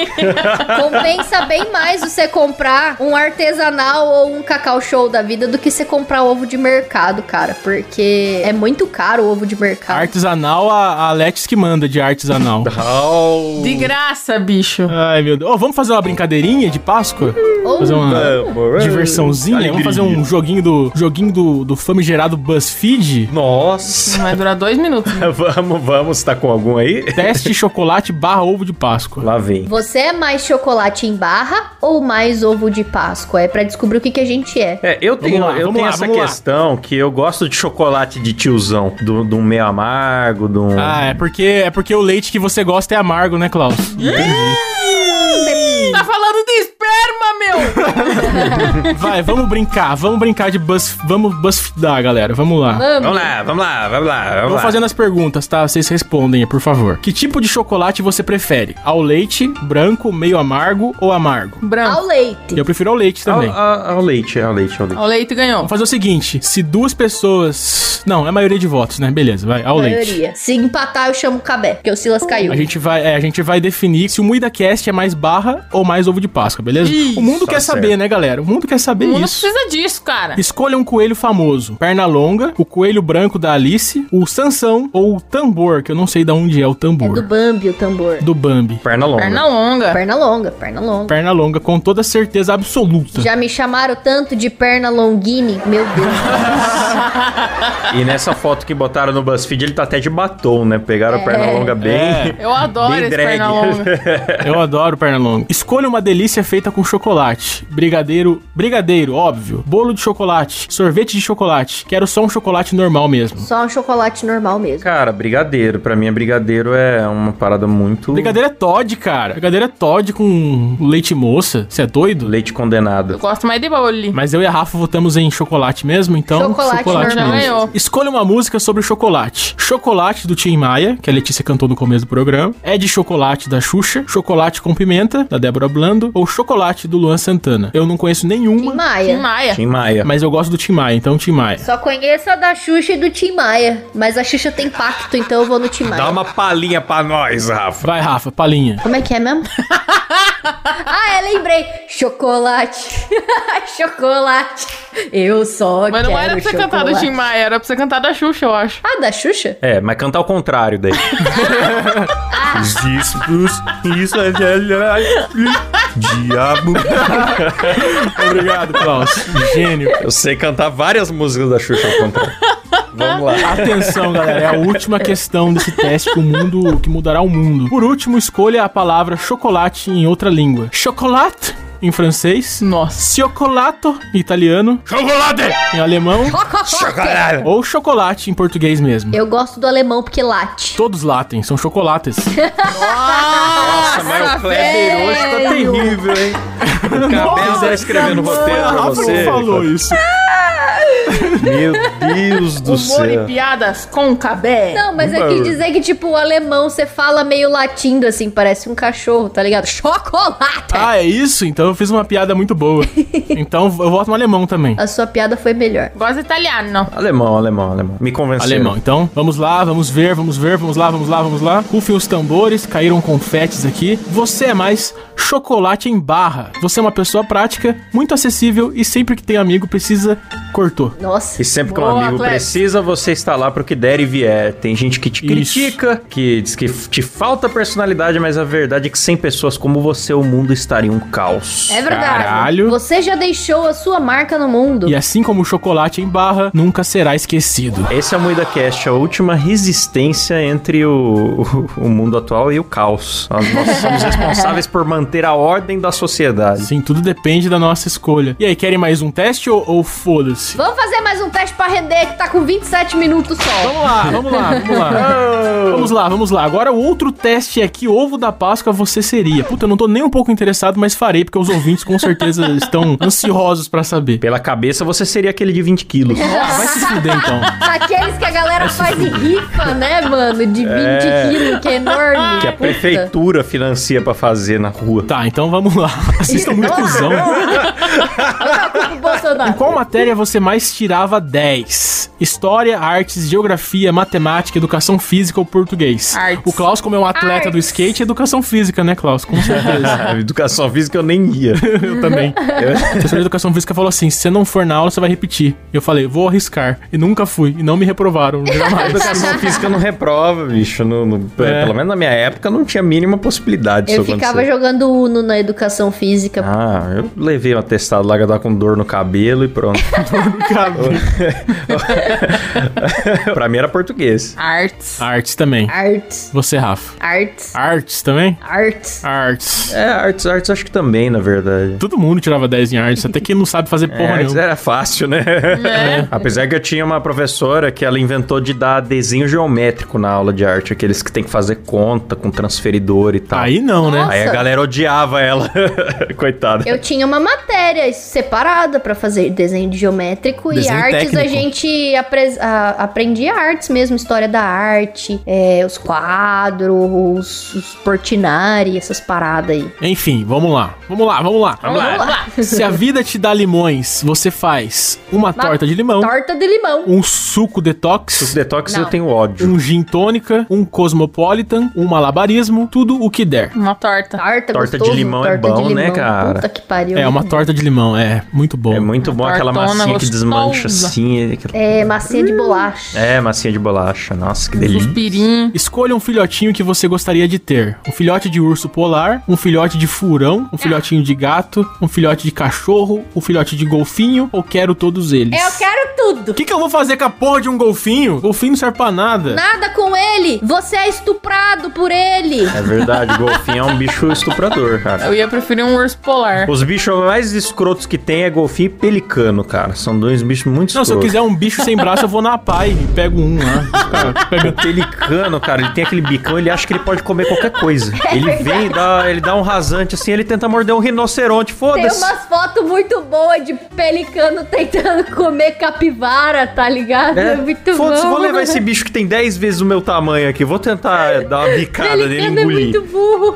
Speaker 4: Compensa bem mais você comprar um artesanal ou um cacau show da vida do que você comprar ovo de mercado, cara. Porque é muito caro o ovo de mercado.
Speaker 2: Artesanal, a, a Letis que manda de artesanal.
Speaker 3: Oh,
Speaker 1: De graça, bicho.
Speaker 2: Ai, meu Deus. Ô, vamos fazer uma brincadeirinha de Páscoa?
Speaker 4: Ou
Speaker 2: Fazer uma
Speaker 3: amor.
Speaker 2: diversãozinha? Vamos
Speaker 3: Alegria.
Speaker 2: fazer um joguinho do joguinho do, do famigerado BuzzFeed?
Speaker 3: Nossa.
Speaker 1: Vai durar dois minutos.
Speaker 3: vamos, vamos. Tá com algum aí?
Speaker 2: Teste chocolate barra ovo de Páscoa.
Speaker 3: Lá vem.
Speaker 4: Você é mais chocolate em barra ou mais ovo de Páscoa? É pra descobrir o que, que a gente é.
Speaker 3: É, eu tenho,
Speaker 2: lá,
Speaker 3: eu
Speaker 2: vamos
Speaker 3: tenho
Speaker 2: lá,
Speaker 3: essa
Speaker 2: vamos lá.
Speaker 3: questão que eu gosto de chocolate de tiozão, de do, um meio amargo, de um...
Speaker 2: Ah, é porque, é porque o leite que você gosta é amargo, né, Klaus?
Speaker 1: tá falando de esperma, meu!
Speaker 2: Vai, vamos brincar. Vamos brincar de buzz... Vamos buzzfeedar, galera. Vamos lá.
Speaker 3: Vamos lá, vamos lá, vamos lá, vamos
Speaker 2: Eu vou
Speaker 3: lá.
Speaker 2: fazendo as perguntas, tá? Vocês respondem, aí, por favor. Que tipo de chocolate você prefere? Ao leite, branco, meio amargo ou amargo?
Speaker 1: Branco.
Speaker 4: Ao leite.
Speaker 2: Eu prefiro ao leite também.
Speaker 3: Ao, ao- ao leite, ao leite, ao leite.
Speaker 1: O leite ganhou.
Speaker 2: Vamos fazer o seguinte: se duas pessoas. Não, é a maioria de votos, né? Beleza, vai. Ao leite.
Speaker 4: Maioria. Se empatar, eu chamo o Cabé, porque o Silas caiu.
Speaker 2: A gente, vai, é, a gente vai definir se o Muida Cast é mais barra ou mais ovo de Páscoa, beleza?
Speaker 1: Isso,
Speaker 2: o mundo quer
Speaker 3: tá
Speaker 2: saber,
Speaker 3: certo.
Speaker 2: né, galera? O mundo quer
Speaker 1: O
Speaker 2: saber
Speaker 1: mundo
Speaker 2: isso.
Speaker 1: precisa disso, cara.
Speaker 2: Escolha um coelho famoso, perna longa, o coelho branco da Alice, o Sansão ou o tambor, que eu não sei de onde é o
Speaker 4: É
Speaker 2: tambor.
Speaker 4: do Bambi o tambor.
Speaker 2: do Bambi.
Speaker 3: Perna longa.
Speaker 1: Perna longa.
Speaker 4: Perna longa, perna longa.
Speaker 2: Perna longa, com toda certeza absoluta.
Speaker 4: Já me chamaram tanto de perna longuine, meu Deus.
Speaker 3: E nessa foto que botaram no BuzzFeed, ele tá até de batom, né?
Speaker 2: É.
Speaker 3: Pegaram a perna longa bem...
Speaker 1: Eu adoro
Speaker 3: Bem
Speaker 1: esse
Speaker 3: drag.
Speaker 1: perna longa.
Speaker 2: Eu adoro perna longa. Escolha uma delícia feita com chocolate. Brigadeiro, brigadeiro, óbvio. Bolo de chocolate, sorvete de chocolate. Quero só um chocolate normal mesmo.
Speaker 4: Só um chocolate normal mesmo.
Speaker 3: Cara, brigadeiro. Pra mim, brigadeiro é uma parada muito...
Speaker 2: Brigadeiro é Todd, cara. Brigadeiro é Todd com leite moça. Você é doido?
Speaker 3: Leite condenado.
Speaker 1: Eu gosto mais de boli.
Speaker 2: Mas eu e a Rafa votamos em chocolate mesmo, então
Speaker 4: Chocolate
Speaker 1: Já
Speaker 4: normal. é
Speaker 2: mesmo.
Speaker 1: ganhou.
Speaker 2: Escolha uma música sobre chocolate. Chocolate do Tim Maia, que a Letícia cantou no começo do programa. É de chocolate da Xuxa. Chocolate com pimenta, da Débora Blando. Ou chocolate do Luan Santana. Eu não conheço
Speaker 4: Tim
Speaker 2: nenhuma,
Speaker 1: Tim
Speaker 4: Maia.
Speaker 1: Maia.
Speaker 3: Tim Maia.
Speaker 2: mas eu gosto do Tim Maia, então Tim Maia.
Speaker 4: Só conheço a da Xuxa e do Tim Maia. Mas a Xuxa tem pacto,
Speaker 2: um
Speaker 4: então eu vou no Tim Maia.
Speaker 3: Dá uma palhinha pra nós, Rafa.
Speaker 2: Vai, Rafa, palinha.
Speaker 4: Como é que é mesmo? ah, é, lembrei. Chocolate. chocolate. Eu só
Speaker 1: Mas
Speaker 4: quero
Speaker 1: não era pra você
Speaker 4: chocolate.
Speaker 1: cantar do Tim Maia, era pra você cantar da Xuxa, eu acho.
Speaker 4: Ah, da Xuxa?
Speaker 3: É, mas cantar o contrário daí. isso, isso, isso, diabo.
Speaker 2: Obrigado, Klaus. Gênio.
Speaker 3: Eu sei cantar várias músicas da Xuxa ao contrário. Vamos lá.
Speaker 2: Atenção, galera, é a última questão desse teste que o mundo que mudará o mundo. Por último, escolha a palavra chocolate em outra língua. Chocolate em francês,
Speaker 1: Nossa.
Speaker 2: ciocolato em italiano,
Speaker 3: Chocolate!
Speaker 2: em alemão
Speaker 4: Chocolate.
Speaker 2: ou chocolate em português mesmo.
Speaker 4: Eu gosto do alemão porque late.
Speaker 2: Todos latem, são chocolates.
Speaker 3: Nossa, mas o Kleber hoje tá
Speaker 4: velho.
Speaker 3: terrível, hein? O Cabelo tá escrevendo roteiro
Speaker 2: a
Speaker 3: pra
Speaker 2: Rafa
Speaker 3: você.
Speaker 2: não falou isso.
Speaker 3: Meu Deus do
Speaker 1: Humor e
Speaker 3: céu.
Speaker 1: piadas com cabé.
Speaker 4: Não, mas é que dizer que, tipo, o alemão você fala meio latindo, assim, parece um cachorro, tá ligado? Chocolate!
Speaker 2: Ah, é isso? Então eu fiz uma piada muito boa. Então eu voto no alemão também.
Speaker 4: A sua piada foi melhor.
Speaker 1: Gosto de italiano.
Speaker 3: Alemão, alemão, alemão. Me convenceu.
Speaker 2: Alemão. Então, vamos lá, vamos ver, vamos ver, vamos lá, vamos lá, vamos lá. Rufem os tambores, caíram confetes aqui. Você é mais chocolate em barra. Você é uma pessoa prática, muito acessível e sempre que tem amigo precisa, cortou.
Speaker 4: Nossa.
Speaker 3: E sempre que um
Speaker 1: Boa,
Speaker 3: amigo
Speaker 1: Kleber.
Speaker 3: precisa, você está lá pro que der e vier. Tem gente que te
Speaker 2: Isso.
Speaker 3: critica, que diz que f- te falta personalidade, mas a verdade é que sem pessoas como você, o mundo estaria um caos.
Speaker 4: É verdade.
Speaker 2: Caralho.
Speaker 4: Você já deixou a sua marca no mundo.
Speaker 2: E assim como o chocolate em barra, nunca será esquecido.
Speaker 3: Esse é o Moída Cast, a última resistência entre o, o, o mundo atual e o caos. Nós, nós somos responsáveis por manter a ordem da sociedade.
Speaker 2: Sim, Assim, tudo depende da nossa escolha. E aí, querem mais um teste ou, ou foda-se?
Speaker 4: Vamos fazer mais um teste pra render, que tá com 27 minutos só.
Speaker 2: Vamos lá, vamos lá, vamos
Speaker 3: Oh!
Speaker 2: lá. vamos lá, vamos lá. Agora o outro teste é que ovo da Páscoa você seria. Puta, eu não tô nem um pouco interessado, mas farei, porque os ouvintes com certeza estão ansiosos pra saber.
Speaker 3: Pela cabeça, você seria aquele de 20 quilos.
Speaker 2: Ah, vai se fuder então.
Speaker 4: Aqueles que a galera faz em rifa, né, mano? De 20 quilos, que é enorme.
Speaker 3: Que a
Speaker 4: Puta.
Speaker 3: prefeitura financia pra fazer na rua.
Speaker 2: Tá, então vamos lá. Assistam muito cuzão.
Speaker 4: Olha o cu do Bolsonaro.
Speaker 2: Em qual matéria você mais tirava 10? História, artes, geografia, matemática, educação física ou português?
Speaker 1: Artes.
Speaker 2: O Klaus, como é um atleta do
Speaker 4: Artes.
Speaker 2: skate, é educação física, né, Klaus? Com certeza.
Speaker 3: Educação física eu nem ia.
Speaker 2: Eu também. A professora de educação física falou assim: se você não for na aula, você vai repetir. Eu falei, vou arriscar. E nunca fui. E não me reprovaram. Jamais.
Speaker 3: Educação física não reprova, bicho. No, no-
Speaker 2: É.
Speaker 3: Pelo menos na minha época não tinha a mínima possibilidade disso
Speaker 4: Eu ficava
Speaker 3: acontecer.
Speaker 4: jogando Uno na educação física.
Speaker 3: Ah, eu levei um atestado lá que eu tava com dor no cabelo e pronto. pra mim era português.
Speaker 1: Arts.
Speaker 2: Artes também.
Speaker 4: Arts.
Speaker 2: Você, Rafa.
Speaker 4: Arts.
Speaker 2: Artes também?
Speaker 4: Arts.
Speaker 2: Artes.
Speaker 3: É, artes, artes acho que também, na verdade.
Speaker 2: Todo mundo tirava 10 em artes, até quem não sabe fazer
Speaker 3: É,
Speaker 2: porra
Speaker 3: artes
Speaker 2: nenhuma.
Speaker 3: era fácil, né? Apesar que eu tinha uma professora que ela inventou de dar desenho geométrico na aula de arte, aqueles que tem que fazer conta com transferidor e tal.
Speaker 2: Aí não, né?
Speaker 4: Nossa.
Speaker 3: Aí a galera odiava ela. Coitada.
Speaker 4: Eu tinha uma matéria separada pra fazer desenho de geométrico
Speaker 2: Desenho
Speaker 4: e artes a
Speaker 2: técnico.
Speaker 4: gente apres- a- aprendia artes mesmo, história da arte, é, os quadros, os portinari, essas paradas aí.
Speaker 2: Enfim, vamos lá. Vamos lá, vamos lá.
Speaker 3: Vamos lá.
Speaker 2: Se a vida te dá limões, você faz uma torta de limão,
Speaker 3: Então-
Speaker 4: Torta de limão.
Speaker 2: um suco
Speaker 3: Os
Speaker 2: detox,
Speaker 3: detox
Speaker 4: Não.
Speaker 3: eu tenho ódio.
Speaker 2: um gin tônica, um cosmopolitan, um malabarismo, tudo o que der.
Speaker 1: Uma
Speaker 2: Tá.
Speaker 1: torta.
Speaker 4: Torta,
Speaker 3: Torta de
Speaker 4: gostoso,
Speaker 3: limão é
Speaker 4: torta de
Speaker 3: bom, né,
Speaker 4: limão.
Speaker 3: cara?
Speaker 4: Puta que pariu.
Speaker 2: É, uma torta de limão, é, muito bom.
Speaker 3: É muito bom aquela
Speaker 1: tortona
Speaker 3: massinha que
Speaker 1: gostosa.
Speaker 3: desmancha assim. aquela-
Speaker 4: É, massinha de bolacha.
Speaker 3: É, massinha de bolacha. Nossa, que delícia.
Speaker 1: Suspirinho.
Speaker 2: Escolha um filhotinho que você gostaria de ter. Um filhote de urso polar, um filhote de furão, um filhotinho de gato, um filhote de cachorro, um filhote de golfinho, ou quero todos eles.
Speaker 4: É, Eu quero tudo.
Speaker 2: O que, que eu vou fazer com a porra de um golfinho? Golfinho não serve pra nada.
Speaker 4: Nada com ele. Você é estuprado por ele.
Speaker 3: É verdade, o golfinho é um bicho estuprador, cara.
Speaker 1: Eu ia preferir um urso polar.
Speaker 3: Os bichos mais escrotos que tem é golfinho e pelicano, cara. São dois bichos muito
Speaker 2: Não,
Speaker 3: escrotos.
Speaker 2: se eu quiser um bicho sem braço, eu vou na pai e pego um lá. Cara, pega-
Speaker 3: O pelicano, cara, ele tem aquele bicão, ele acha que ele pode comer qualquer coisa. ele
Speaker 4: É
Speaker 3: vem, e dá, ele dá um rasante assim, ele tenta morder um rinoceronte,
Speaker 4: Tem
Speaker 3: foda-se.
Speaker 4: umas fotos muito boas de pelicano tentando comer capivara, tá ligado? É,
Speaker 3: É,
Speaker 4: muito bom.
Speaker 3: Foda-se, vou levar esse bicho que tem 10 vezes o meu tamanho aqui. Vou tentar eh, dar uma bicada nele e
Speaker 4: Pelicano é
Speaker 3: engolir.
Speaker 4: muito burro.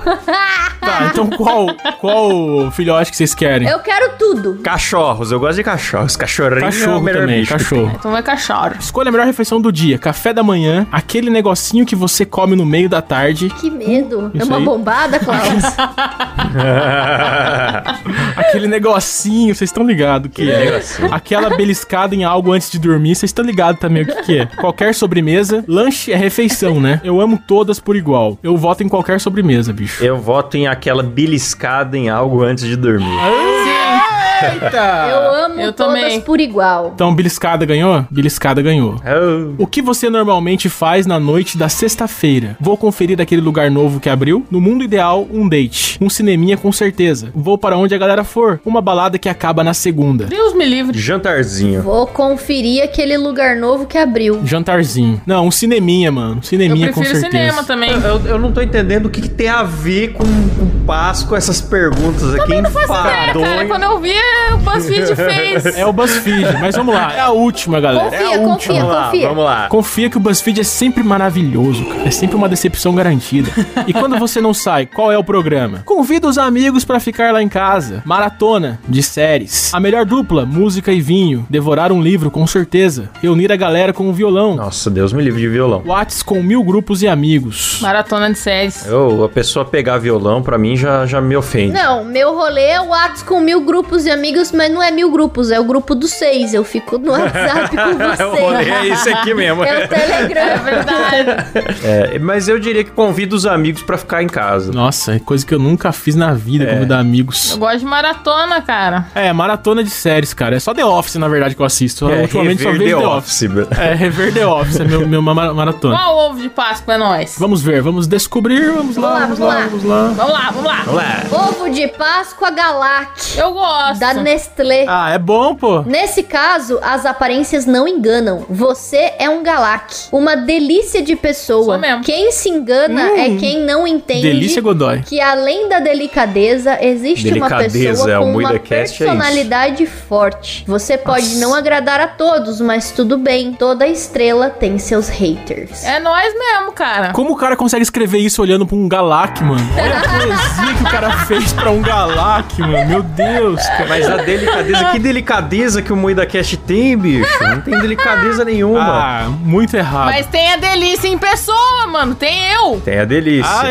Speaker 2: Tá, então qual, qual filhote que vocês querem?
Speaker 4: Eu quero tudo.
Speaker 3: Cachorros, eu gosto de cachorros. cachorrinho é o
Speaker 2: Cachorro
Speaker 3: melhor
Speaker 2: também,
Speaker 3: bicho que
Speaker 2: cachorro.
Speaker 1: Então vai cachorro.
Speaker 2: Escolha a melhor refeição do dia: café da manhã, aquele negocinho que você come no meio da tarde,
Speaker 4: Que medo. é
Speaker 2: isso
Speaker 4: uma
Speaker 2: aí.
Speaker 4: bombada, Klaus.
Speaker 2: aquele negocinho, vocês estão ligados que é. Aquela beliscada em algo antes de dormir, vocês estão ligados também o que, que é. Qualquer sobremesa, lanche é refeição, né? Eu amo todas por igual. Eu voto em qualquer sobremesa, bicho.
Speaker 3: Eu voto em aquela beliscada em algo antes de dormir.
Speaker 1: Sim.
Speaker 4: eu amo
Speaker 1: eu
Speaker 4: todas
Speaker 1: também.
Speaker 4: por igual.
Speaker 2: Então, beliscada ganhou? Beliscada ganhou.
Speaker 3: Oh.
Speaker 2: O que você normalmente faz na noite da sexta-feira? Vou conferir aquele lugar novo que abriu. No mundo ideal, um date. Um cineminha com certeza. Vou para onde a galera for. Uma balada que acaba na segunda.
Speaker 1: Deus me livre.
Speaker 3: Jantarzinho.
Speaker 4: Vou conferir aquele lugar novo que abriu.
Speaker 2: Jantarzinho. Não, um cineminha, mano. Um
Speaker 1: Eu
Speaker 2: Cineminha com
Speaker 1: prefiro
Speaker 2: certeza.
Speaker 1: cinema também.
Speaker 3: Eu, eu não tô entendendo o que, que tem a ver com, com Páscoa essas perguntas aqui. Também não
Speaker 1: É, cara, quando eu vi, o BuzzFeed fez.
Speaker 2: É o BuzzFeed, mas vamos lá. É a última, galera.
Speaker 3: É
Speaker 4: Confia, confia,
Speaker 3: Vamos lá,
Speaker 4: confia.
Speaker 3: vamos lá.
Speaker 2: Confia que o BuzzFeed é sempre maravilhoso, cara. É sempre uma decepção garantida. E quando você não sai, qual é o programa? Convida os amigos pra ficar lá em casa. Maratona de séries. A melhor dupla, música e vinho. Devorar um livro, com certeza. Reunir a galera com um violão.
Speaker 3: Nossa, Deus me livre de violão.
Speaker 2: Whats com mil grupos e amigos.
Speaker 1: Maratona de
Speaker 2: É
Speaker 1: séries.
Speaker 3: Eu, a pessoa pegar violão, pra mim, já, já me ofende.
Speaker 4: Não, meu rolê é o Whats com mil grupos de amigos, mas não é mil grupos, é o grupo dos seis. Eu fico no WhatsApp com
Speaker 3: o rolê é
Speaker 4: você.
Speaker 3: esse aqui mesmo.
Speaker 4: É o Telegram.
Speaker 1: Verdade.
Speaker 3: É, mas eu diria que convido os amigos pra ficar em casa.
Speaker 2: Nossa, é coisa que eu nunca fiz na vida, convidar amigos.
Speaker 1: Eu gosto de maratona, cara.
Speaker 2: É, maratona de séries, cara. É só The Office, na verdade, que eu assisto.
Speaker 3: É,
Speaker 2: Ultimamente só
Speaker 3: rever
Speaker 2: vejo The
Speaker 3: The
Speaker 2: Office.
Speaker 3: Office.
Speaker 2: É, rever The Office é meu, meu ma- maratona.
Speaker 1: Qual ovo de Páscoa é nós?
Speaker 2: Vamos ver, vamos descobrir, vamos lá, vamos
Speaker 4: Vamos
Speaker 2: lá,
Speaker 4: lá,
Speaker 2: vamos lá.
Speaker 1: Vamos lá, vamos lá.
Speaker 3: Vamos lá.
Speaker 4: Ovo de Páscoa Galac,
Speaker 1: Eu gosto.
Speaker 4: da Nestlé.
Speaker 2: Ah, é bom, pô.
Speaker 4: Nesse caso, as aparências não enganam. Você é um Galac, uma delícia de pessoa.
Speaker 1: Sou mesmo.
Speaker 4: Quem se engana
Speaker 3: Hum.
Speaker 4: é quem não entende.
Speaker 2: Delícia Godoy.
Speaker 4: que além da delicadeza, existe
Speaker 3: É. Delicadeza,
Speaker 4: uma pessoa
Speaker 3: é, o
Speaker 4: com uma
Speaker 3: MuidaCast é isso.
Speaker 4: personalidade forte. Você pode não agradar a todos, mas tudo bem. Toda estrela tem seus haters.
Speaker 1: É nós mesmo, cara.
Speaker 2: Como o cara consegue escrever isso olhando pra um Galac, mano? Olha a poesia que o cara fez pra um Galac, mano. Meu Deus, cara.
Speaker 3: Mas é a delicadeza, que delicadeza que o Moída Cast tem, bicho? Não tem delicadeza nenhuma.
Speaker 2: Ah, muito errado.
Speaker 1: Mas tem a delícia em pessoa, mano. Tem eu.
Speaker 3: Tem É a delícia.
Speaker 4: Mas,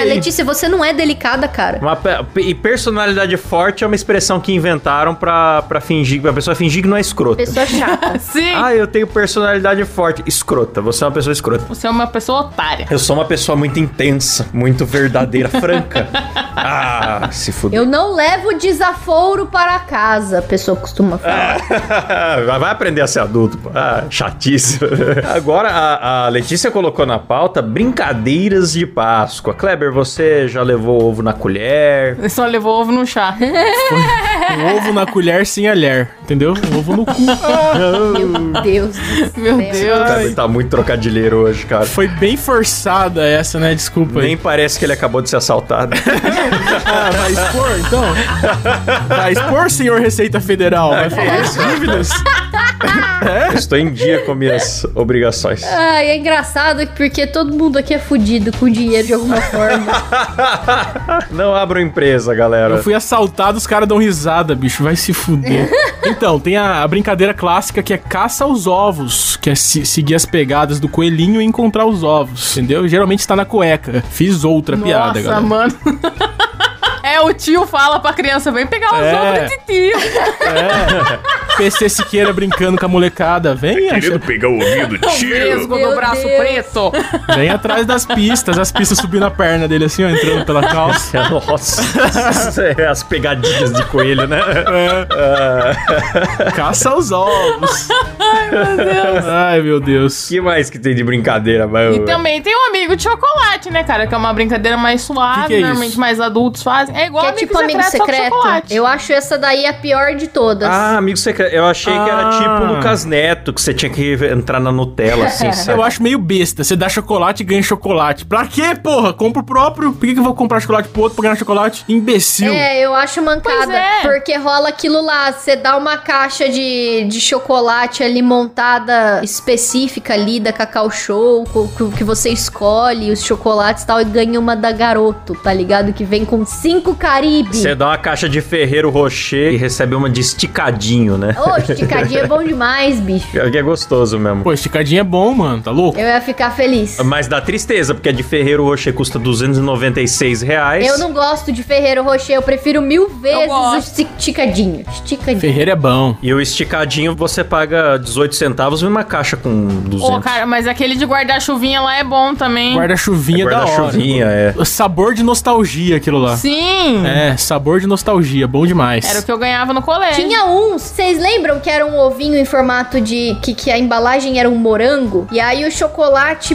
Speaker 2: Aê!
Speaker 4: Letícia, você não é delicada, cara.
Speaker 3: Uma pe- pe- e personalidade forte é uma expressão que inventaram pra, pra fingir, pra pessoa fingir que não é escrota.
Speaker 4: Pessoa chata.
Speaker 1: Sim.
Speaker 3: Ah, eu tenho personalidade forte. Escrota, você é uma pessoa escrota.
Speaker 1: Você é uma pessoa otária.
Speaker 3: Eu sou uma pessoa muito intensa, muito verdadeira, franca. Ah, se fudeu.
Speaker 4: Eu não levo desaforo para casa, a pessoa costuma
Speaker 1: Ah.
Speaker 4: falar.
Speaker 3: Vai aprender a ser adulto, pô. Ah, chatice. Agora, a, a Letícia colocou na pauta brincadeiras de Páscoa. Kleber, você já levou ovo na colher?
Speaker 1: Ele só levou ovo no chá.
Speaker 2: Um ovo na colher sem alher, entendeu? Um ovo no cu.
Speaker 4: Meu Deus.
Speaker 1: Meu
Speaker 4: Meu
Speaker 1: Deus.
Speaker 3: Kleber tá muito trocadilheiro hoje, cara.
Speaker 2: Foi bem forçada essa, né? Desculpa
Speaker 3: Nem
Speaker 2: aí.
Speaker 3: parece que ele acabou de ser assaltado.
Speaker 2: Ah, vai expor, então? Vai expor, senhor Receita Federal? Vai falar as dívidas?
Speaker 3: Eu É? Estou em dia com minhas obrigações.
Speaker 4: Ai, é engraçado porque todo mundo aqui é fudido com dinheiro de alguma forma.
Speaker 3: Não abro empresa,
Speaker 2: Eu
Speaker 3: galera.
Speaker 2: fui assaltado, os caras dão risada, bicho. Vai se fuder. então, tem a, a brincadeira clássica que é caça aos ovos, que é se- seguir as pegadas do coelhinho e encontrar os ovos, entendeu? Geralmente tá na cueca. Fiz outra piada,
Speaker 1: Nossa,
Speaker 2: galera.
Speaker 1: mano. É, o tio fala pra criança, vem pegar os
Speaker 2: É.
Speaker 1: ovos do tio.
Speaker 2: PC Siqueira brincando com a molecada. Vem, acha-
Speaker 6: pegar o ouvido, tiro.
Speaker 1: Mesmo
Speaker 4: Meu
Speaker 1: do braço
Speaker 4: Deus.
Speaker 1: preto.
Speaker 2: vem atrás das pistas, as pistas subindo a perna dele assim, ó, entrando pela calça.
Speaker 3: É, Nossa, É, as pegadinhas de coelho, né?
Speaker 2: Caça aos ovos. Ai, meu
Speaker 3: O
Speaker 2: Deus.
Speaker 3: que mais que tem de brincadeira, mano?
Speaker 1: E também tem um amigo de chocolate, né, cara? Que é uma brincadeira mais suave,
Speaker 2: Que que é
Speaker 1: normalmente
Speaker 2: isso?
Speaker 1: mais adultos fazem. É igual
Speaker 4: que é
Speaker 1: amigo
Speaker 4: tipo amigo
Speaker 1: secreto, só com
Speaker 4: secreto.
Speaker 1: chocolate.
Speaker 4: Eu acho essa daí a pior de todas.
Speaker 3: Ah, amigo secreto. Eu achei que era
Speaker 2: Ah.
Speaker 3: tipo o Lucas Neto, que você tinha que entrar na Nutella, assim, sabe?
Speaker 2: Eu acho meio besta. Você dá chocolate e ganha chocolate. Pra quê, porra? Compra o próprio. Por que, que eu vou comprar chocolate pro outro pra ganhar chocolate? Imbecil.
Speaker 4: É, eu acho mancada.
Speaker 1: Pois é.
Speaker 4: Porque rola aquilo lá. Você dá uma caixa de, de chocolate ali montada específica ali da Cacau Show, co- co- que você escolhe os chocolates e tal, e ganha uma da garoto, tá ligado? Que vem com cinco 5 Caribe.
Speaker 3: Você dá uma caixa de ferreiro rocher e recebe uma de esticadinho, né?
Speaker 4: Ô, esticadinha é bom demais, bicho.
Speaker 3: Pior que é gostoso mesmo.
Speaker 2: Pô, esticadinha é bom, mano. Tá louco?
Speaker 4: Eu ia ficar feliz.
Speaker 3: Mas dá tristeza, porque a de ferreiro rocher custa 296 reais.
Speaker 4: Eu não gosto de Ferreiro Rocher, eu prefiro mil vezes o esticadinho. Esticadinho.
Speaker 2: Ferreira é bom.
Speaker 3: E o esticadinho você paga 18 centavos e uma caixa com 200.
Speaker 1: Ô, cara, mas aquele de guarda-chuvinha lá é bom também.
Speaker 2: Guarda-chuvinha é da hora.
Speaker 3: Guarda-chuvinha, é.
Speaker 2: O Sabor de nostalgia aquilo lá.
Speaker 1: Sim!
Speaker 2: É, sabor de nostalgia, bom demais.
Speaker 1: Era o que eu ganhava no
Speaker 2: É.
Speaker 1: colégio.
Speaker 4: Tinha uns, vocês lembram que era um ovinho em formato de. Que, que a embalagem era um morango? E aí o chocolate,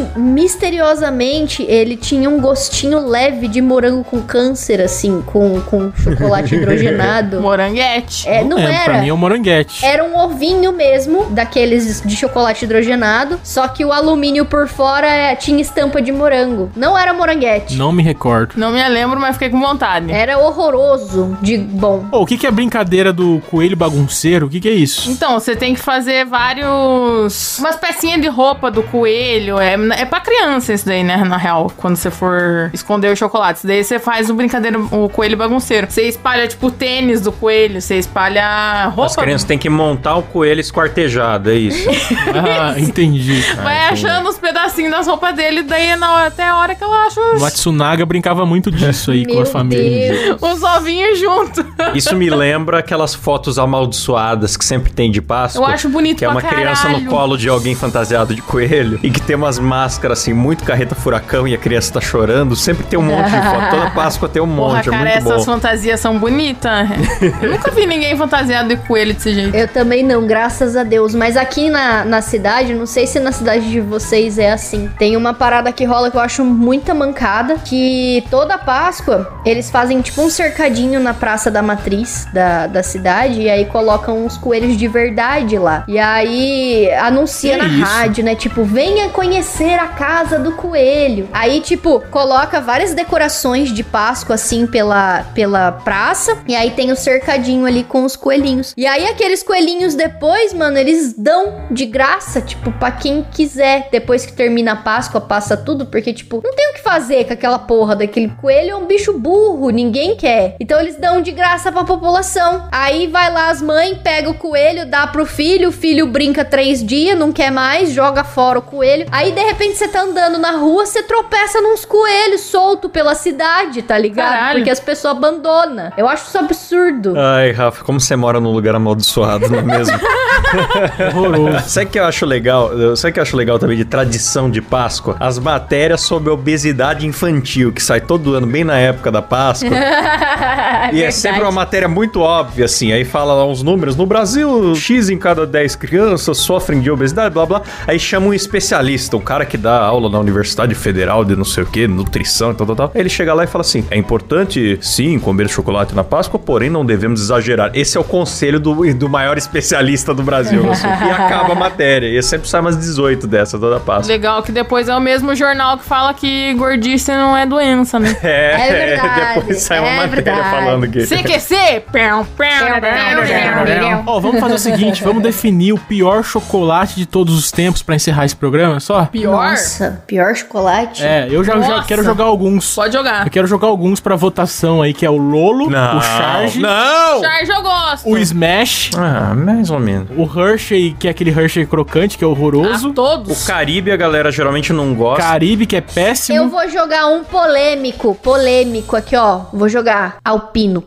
Speaker 4: misteriosamente, ele tinha um gostinho leve de morango com câncer, assim, com, com chocolate hidrogenado.
Speaker 1: Moranguete.
Speaker 4: É, não
Speaker 2: é,
Speaker 4: era.
Speaker 2: Pra mim é um moranguete.
Speaker 4: Era um ovinho mesmo, daqueles de chocolate hidrogenado, só que o alumínio por fora é- tinha estampa de morango. Não era moranguete.
Speaker 2: Não me recordo.
Speaker 1: Não me lembro, mas fiquei com vontade.
Speaker 4: Era horroroso de bom.
Speaker 2: Pô, o que, que é brincadeira do coelho bagunceiro? O que, que é isso?
Speaker 1: Então, você tem que fazer vários. Umas pecinhas de roupa do coelho. É, é pra criança isso daí, né? Na real, quando você for esconder o chocolate. Isso daí você faz o brincadeira, o coelho bagunceiro. Você espalha, tipo, o tênis do coelho, você espalha
Speaker 3: As
Speaker 1: roupa.
Speaker 3: crianças têm que montar o coelho esquartejado, é isso.
Speaker 2: Ah, entendi.
Speaker 1: Vai
Speaker 3: Ah, entendi.
Speaker 1: achando os pedacinhos das roupas dele, daí é na- até a hora que ela acha os,
Speaker 2: Matsunaga brincava muito disso aí com a família.
Speaker 4: Deus.
Speaker 1: os ovinhos junto.
Speaker 3: Isso me lembra aquelas fotos amaldiçoadas que sempre tem de Páscoa.
Speaker 1: Eu acho bonito
Speaker 3: Que é
Speaker 1: pra
Speaker 3: uma criança
Speaker 1: caralho.
Speaker 3: no colo de alguém fantasiado de coelho e que tem umas máscaras assim, muito carreta furacão e a criança tá chorando. Sempre tem um monte de foto. Toda Páscoa tem um
Speaker 1: Porra,
Speaker 3: monte,
Speaker 1: cara,
Speaker 3: é muito
Speaker 1: essas
Speaker 3: bom.
Speaker 1: fantasias são bonitas. Eu nunca vi ninguém fantasiado de coelho desse jeito.
Speaker 4: Eu também não, graças a Deus. Mas aqui na, na cidade, não sei se na cidade de vocês é assim. Tem uma parada que rola que eu acho muita mancada. Que toda Páscoa eles fazem tipo um cercadinho na Praça da Matriz da, da cidade. E aí colocam uns coelhos de verdade lá. E aí anuncia
Speaker 2: Que
Speaker 4: na
Speaker 2: isso?
Speaker 4: rádio, né? Tipo, venha conhecer a casa do coelho. Aí, tipo, coloca várias decorações de Páscoa assim pela, pela praça. E aí tem o cercadinho ali com os coelhinhos. E aí, aqueles coelhinhos depois, mano, eles dão de graça, tipo, pra quem quiser. Depois que termina a Páscoa, passa tudo, porque, tipo, não tem o que fazer com aquela porra daquele coelho. É um bicho burro, ninguém quer. Então, eles dão de graça pra população. Aí vai lá as mães, pega o coelho, dá pro filho, o filho brinca três dias, não quer mais, joga fora o coelho. Aí de repente você tá andando na rua, você tropeça nos coelhos solto pela cidade, tá ligado?
Speaker 1: Caralho.
Speaker 4: Porque as pessoas abandonam. Eu acho isso absurdo.
Speaker 3: Ai, Rafa, como você mora num lugar amaldiçoado, não é mesmo?
Speaker 2: Horroroso.
Speaker 3: Sabe o que eu acho legal? Eu- Sabe o que eu acho legal também de tradição de Páscoa? As matérias sobre obesidade infantil, que sai todo ano, bem na época da Páscoa. E é sempre uma matéria muito óbvia, assim. Aí fala lá uns números. No Brasil, X em cada 10 crianças sofrem de obesidade, blá blá. Aí chama um especialista, um cara que dá aula na Universidade Federal de não sei o que, nutrição e tal, tal, tal. Aí ele chega lá e fala assim: é importante, sim, comer chocolate na Páscoa, porém não devemos exagerar. Esse é o conselho do, do maior especialista do Brasil. assim. E acaba a matéria. E sempre sai umas 18 dessas toda Páscoa.
Speaker 1: Legal que depois é o mesmo jornal que fala que gordice não é doença, né?
Speaker 4: É verdade,
Speaker 3: depois sai
Speaker 4: é
Speaker 3: uma matéria
Speaker 4: verdade.
Speaker 3: falando que.
Speaker 1: CQC! é Pão, pão,
Speaker 2: Ó, vamos fazer o seguinte, vamos definir o pior chocolate de todos os tempos pra encerrar esse programa, só?
Speaker 1: Pior?
Speaker 4: Nossa, pior chocolate?
Speaker 2: É, eu já, já
Speaker 1: Nossa.
Speaker 2: quero jogar alguns.
Speaker 1: Pode jogar.
Speaker 2: Eu quero jogar alguns pra votação aí, que é o Lolo,
Speaker 3: Não,
Speaker 2: o Charge,
Speaker 3: Não!
Speaker 1: Charge eu gosto.
Speaker 2: o Smash,
Speaker 3: Ah, mais ou menos.
Speaker 2: o Hershey, que é aquele Hershey crocante, que é horroroso,
Speaker 1: A todos.
Speaker 3: O Caribe a galera geralmente não gosta.
Speaker 2: Caribe, que é péssimo.
Speaker 4: Eu vou jogar um polêmico, polêmico aqui, ó. Vou jogar alpino.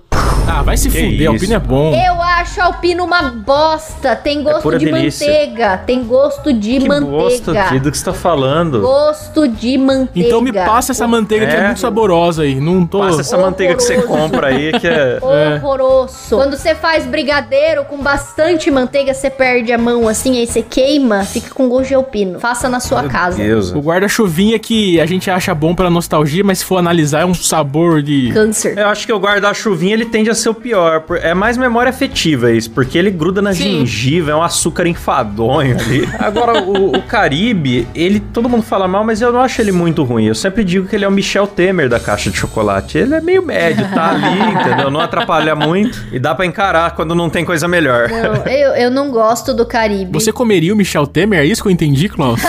Speaker 2: Ah, vai se
Speaker 3: Que
Speaker 2: fuder,
Speaker 3: isso.
Speaker 2: Alpine é bom.
Speaker 4: Eu acho alpino uma bosta. Tem gosto
Speaker 3: pura
Speaker 4: de
Speaker 3: delícia.
Speaker 4: manteiga. Tem gosto de
Speaker 3: que
Speaker 4: manteiga.
Speaker 3: bosta, do que você tá falando.
Speaker 4: Gosto de manteiga.
Speaker 2: Então me passa essa manteiga que é
Speaker 3: É.
Speaker 2: muito saborosa aí. Não tô.
Speaker 3: Passa essa manteiga que você
Speaker 4: Horroroso.
Speaker 3: compra aí, que é...
Speaker 4: Horroroso. Quando você faz brigadeiro com bastante manteiga, você perde a mão assim, aí você queima, fica com gosto de alpino. Faça na sua casa.
Speaker 3: Deus.
Speaker 2: O guarda-chuvinha que a gente acha bom pela nostalgia, mas se for analisar é um sabor de.
Speaker 4: Câncer.
Speaker 3: Eu acho que o guarda-chuvinha ele tende a ser o pior. por- É mais memória positiva isso, porque ele gruda na
Speaker 1: Sim.
Speaker 3: gengiva, é um açúcar enfadonho ali. Agora, o, o Caribe, ele, todo mundo fala mal, mas eu não acho ele muito ruim. Eu sempre digo que ele é o Michel Temer da caixa de chocolate. Ele é meio médio, tá ali, entendeu? Não atrapalha muito e dá pra encarar quando não tem coisa melhor.
Speaker 4: Não, eu, eu não gosto do Caribe.
Speaker 2: Você comeria o Michel Temer? É isso que eu entendi, Klaus?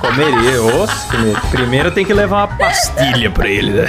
Speaker 3: Comeria, osso, comeria. Primeiro tem que levar uma pastilha pra ele, né?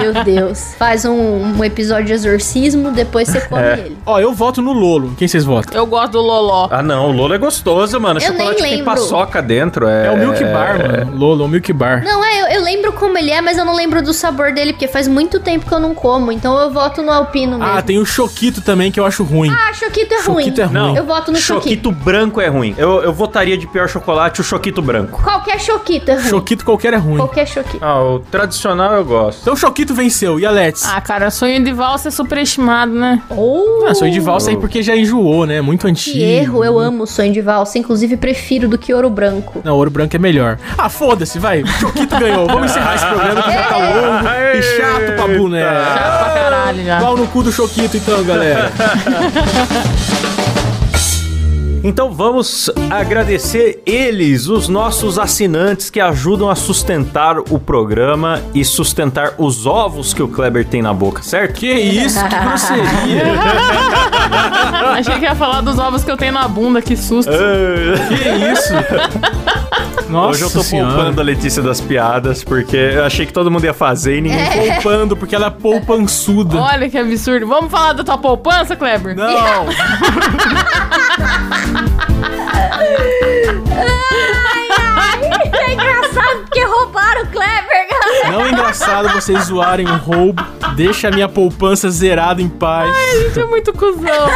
Speaker 4: Meu Deus. Faz um, um episódio de exorcismo, depois você come ele.
Speaker 2: Ó, eu voto no Lolo. Quem vocês votam?
Speaker 1: Eu gosto do Loló.
Speaker 3: Ah, não, o Lolo é gostoso, mano.
Speaker 4: Eu
Speaker 3: Chocolate tem
Speaker 4: nem lembro.
Speaker 3: paçoca dentro. É,
Speaker 2: É o Milk Bar, mano. Lolo, é o Milk Bar.
Speaker 4: Não, é, eu, eu lembro como ele é, mas eu não lembro do sabor dele, porque faz muito tempo que eu não como, então eu voto no alpino mesmo.
Speaker 2: Ah,
Speaker 4: Ah,
Speaker 2: tem o Choquito também, que eu acho ruim.
Speaker 4: Choquito é ruim.
Speaker 2: Choquito é ruim. Não.
Speaker 4: Eu voto no Choquito.
Speaker 3: Choquito branco é ruim. Eu, eu votaria de pior chocolate o Choquito branco.
Speaker 4: Qualquer Choquito é ruim.
Speaker 2: Choquito qualquer é ruim.
Speaker 4: Qualquer Choquito.
Speaker 3: Ah, o tradicional eu gosto.
Speaker 2: Então o Choquito venceu. E a Let's?
Speaker 1: Ah, cara, sonho de valsa é superestimado, né?
Speaker 2: Ah, sonho de
Speaker 3: oh.
Speaker 2: valsa aí porque já enjoou, né? Muito antigo.
Speaker 4: Oh, Que erro, eu amo o sonho de valsa, inclusive prefiro do que ouro branco.
Speaker 2: Não, ouro branco é melhor. Ah, foda-se, vai. Choquito ganhou. Vamos encerrar esse programa que já tá longo
Speaker 3: Ah,
Speaker 2: e chato Ah, pra boneca.
Speaker 1: Chato pra caralho já.
Speaker 2: Pau no cu do Choquito, então, galera.
Speaker 3: Então vamos agradecer eles, os nossos assinantes que ajudam a sustentar o programa e sustentar os ovos que o Kleber tem na boca, certo?
Speaker 2: Que isso, que grosseria.
Speaker 1: Achei que ia falar dos ovos que eu tenho na bunda, que susto.
Speaker 2: Que isso. Nossa
Speaker 3: Hoje eu tô
Speaker 2: senhora.
Speaker 3: poupando a Letícia das piadas, porque eu achei que todo mundo ia fazer e ninguém
Speaker 2: Poupando, porque ela é poupançuda.
Speaker 1: Olha que absurdo. Vamos falar da tua poupança, Kleber?
Speaker 2: Não.
Speaker 4: É engraçado porque roubaram o Kleber, galera.
Speaker 2: Não é engraçado vocês zoarem o roubo. Deixa a minha poupança zerada em paz.
Speaker 1: Isso é muito cuzão.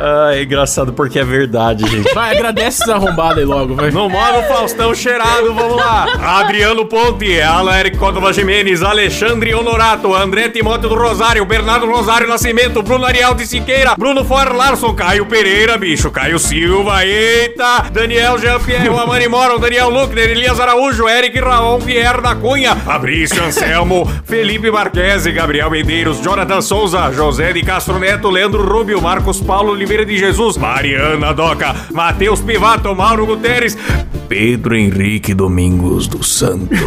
Speaker 3: Ah, é engraçado porque é verdade, gente.
Speaker 2: Vai, agradece essa arrombada aí logo, vai.
Speaker 3: No modo Faustão cheirado, vamos lá. Adriano Ponte, Alair Córdova Jimenez, Alexandre Honorato, André Timóteo do Rosário, Bernardo Rosário Nascimento, Bruno Ariel de Siqueira, Bruno For Larson, Caio Pereira, bicho, Caio Silva, eita, Daniel Jean-Pierre, Amani Moron, Daniel Luckner, Elias Araújo, Eric Raon Pierre da Cunha, Fabrício Anselmo, Felipe Marquese, Gabriel Medeiros, Jonathan Souza, José de Castro Neto, Leandro Rubio, Marcos Paulo Oliveira de Jesus, Mariana Doca, Matheus Pivato, Mauro Guterres, Pedro Henrique Domingos dos Santos.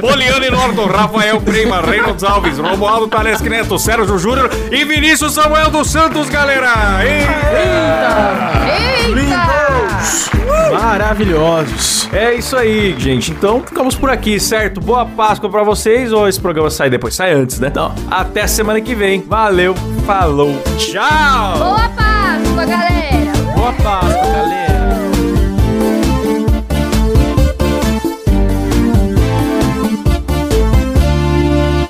Speaker 3: Poliane Norton, Rafael Prima, Reynolds Alves, Romualdo Tales Neto, Sérgio Júnior e Vinícius Samuel dos Santos, galera!
Speaker 2: Maravilhosos.
Speaker 3: É isso aí, gente. Então, ficamos por aqui, certo? Boa Páscoa pra vocês ou esse programa sai depois? Sai antes, né? Então, até semana que vem. Valeu, falou, tchau!
Speaker 4: Boa Páscoa, galera.
Speaker 3: Boa Páscoa, galera!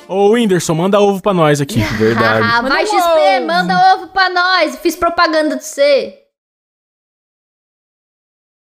Speaker 2: Ô, Whindersson, manda um ovo pra nós aqui.
Speaker 4: Haha,
Speaker 3: Verdade.
Speaker 4: Vai XP, manda ovo pra nós. Fiz propaganda de você.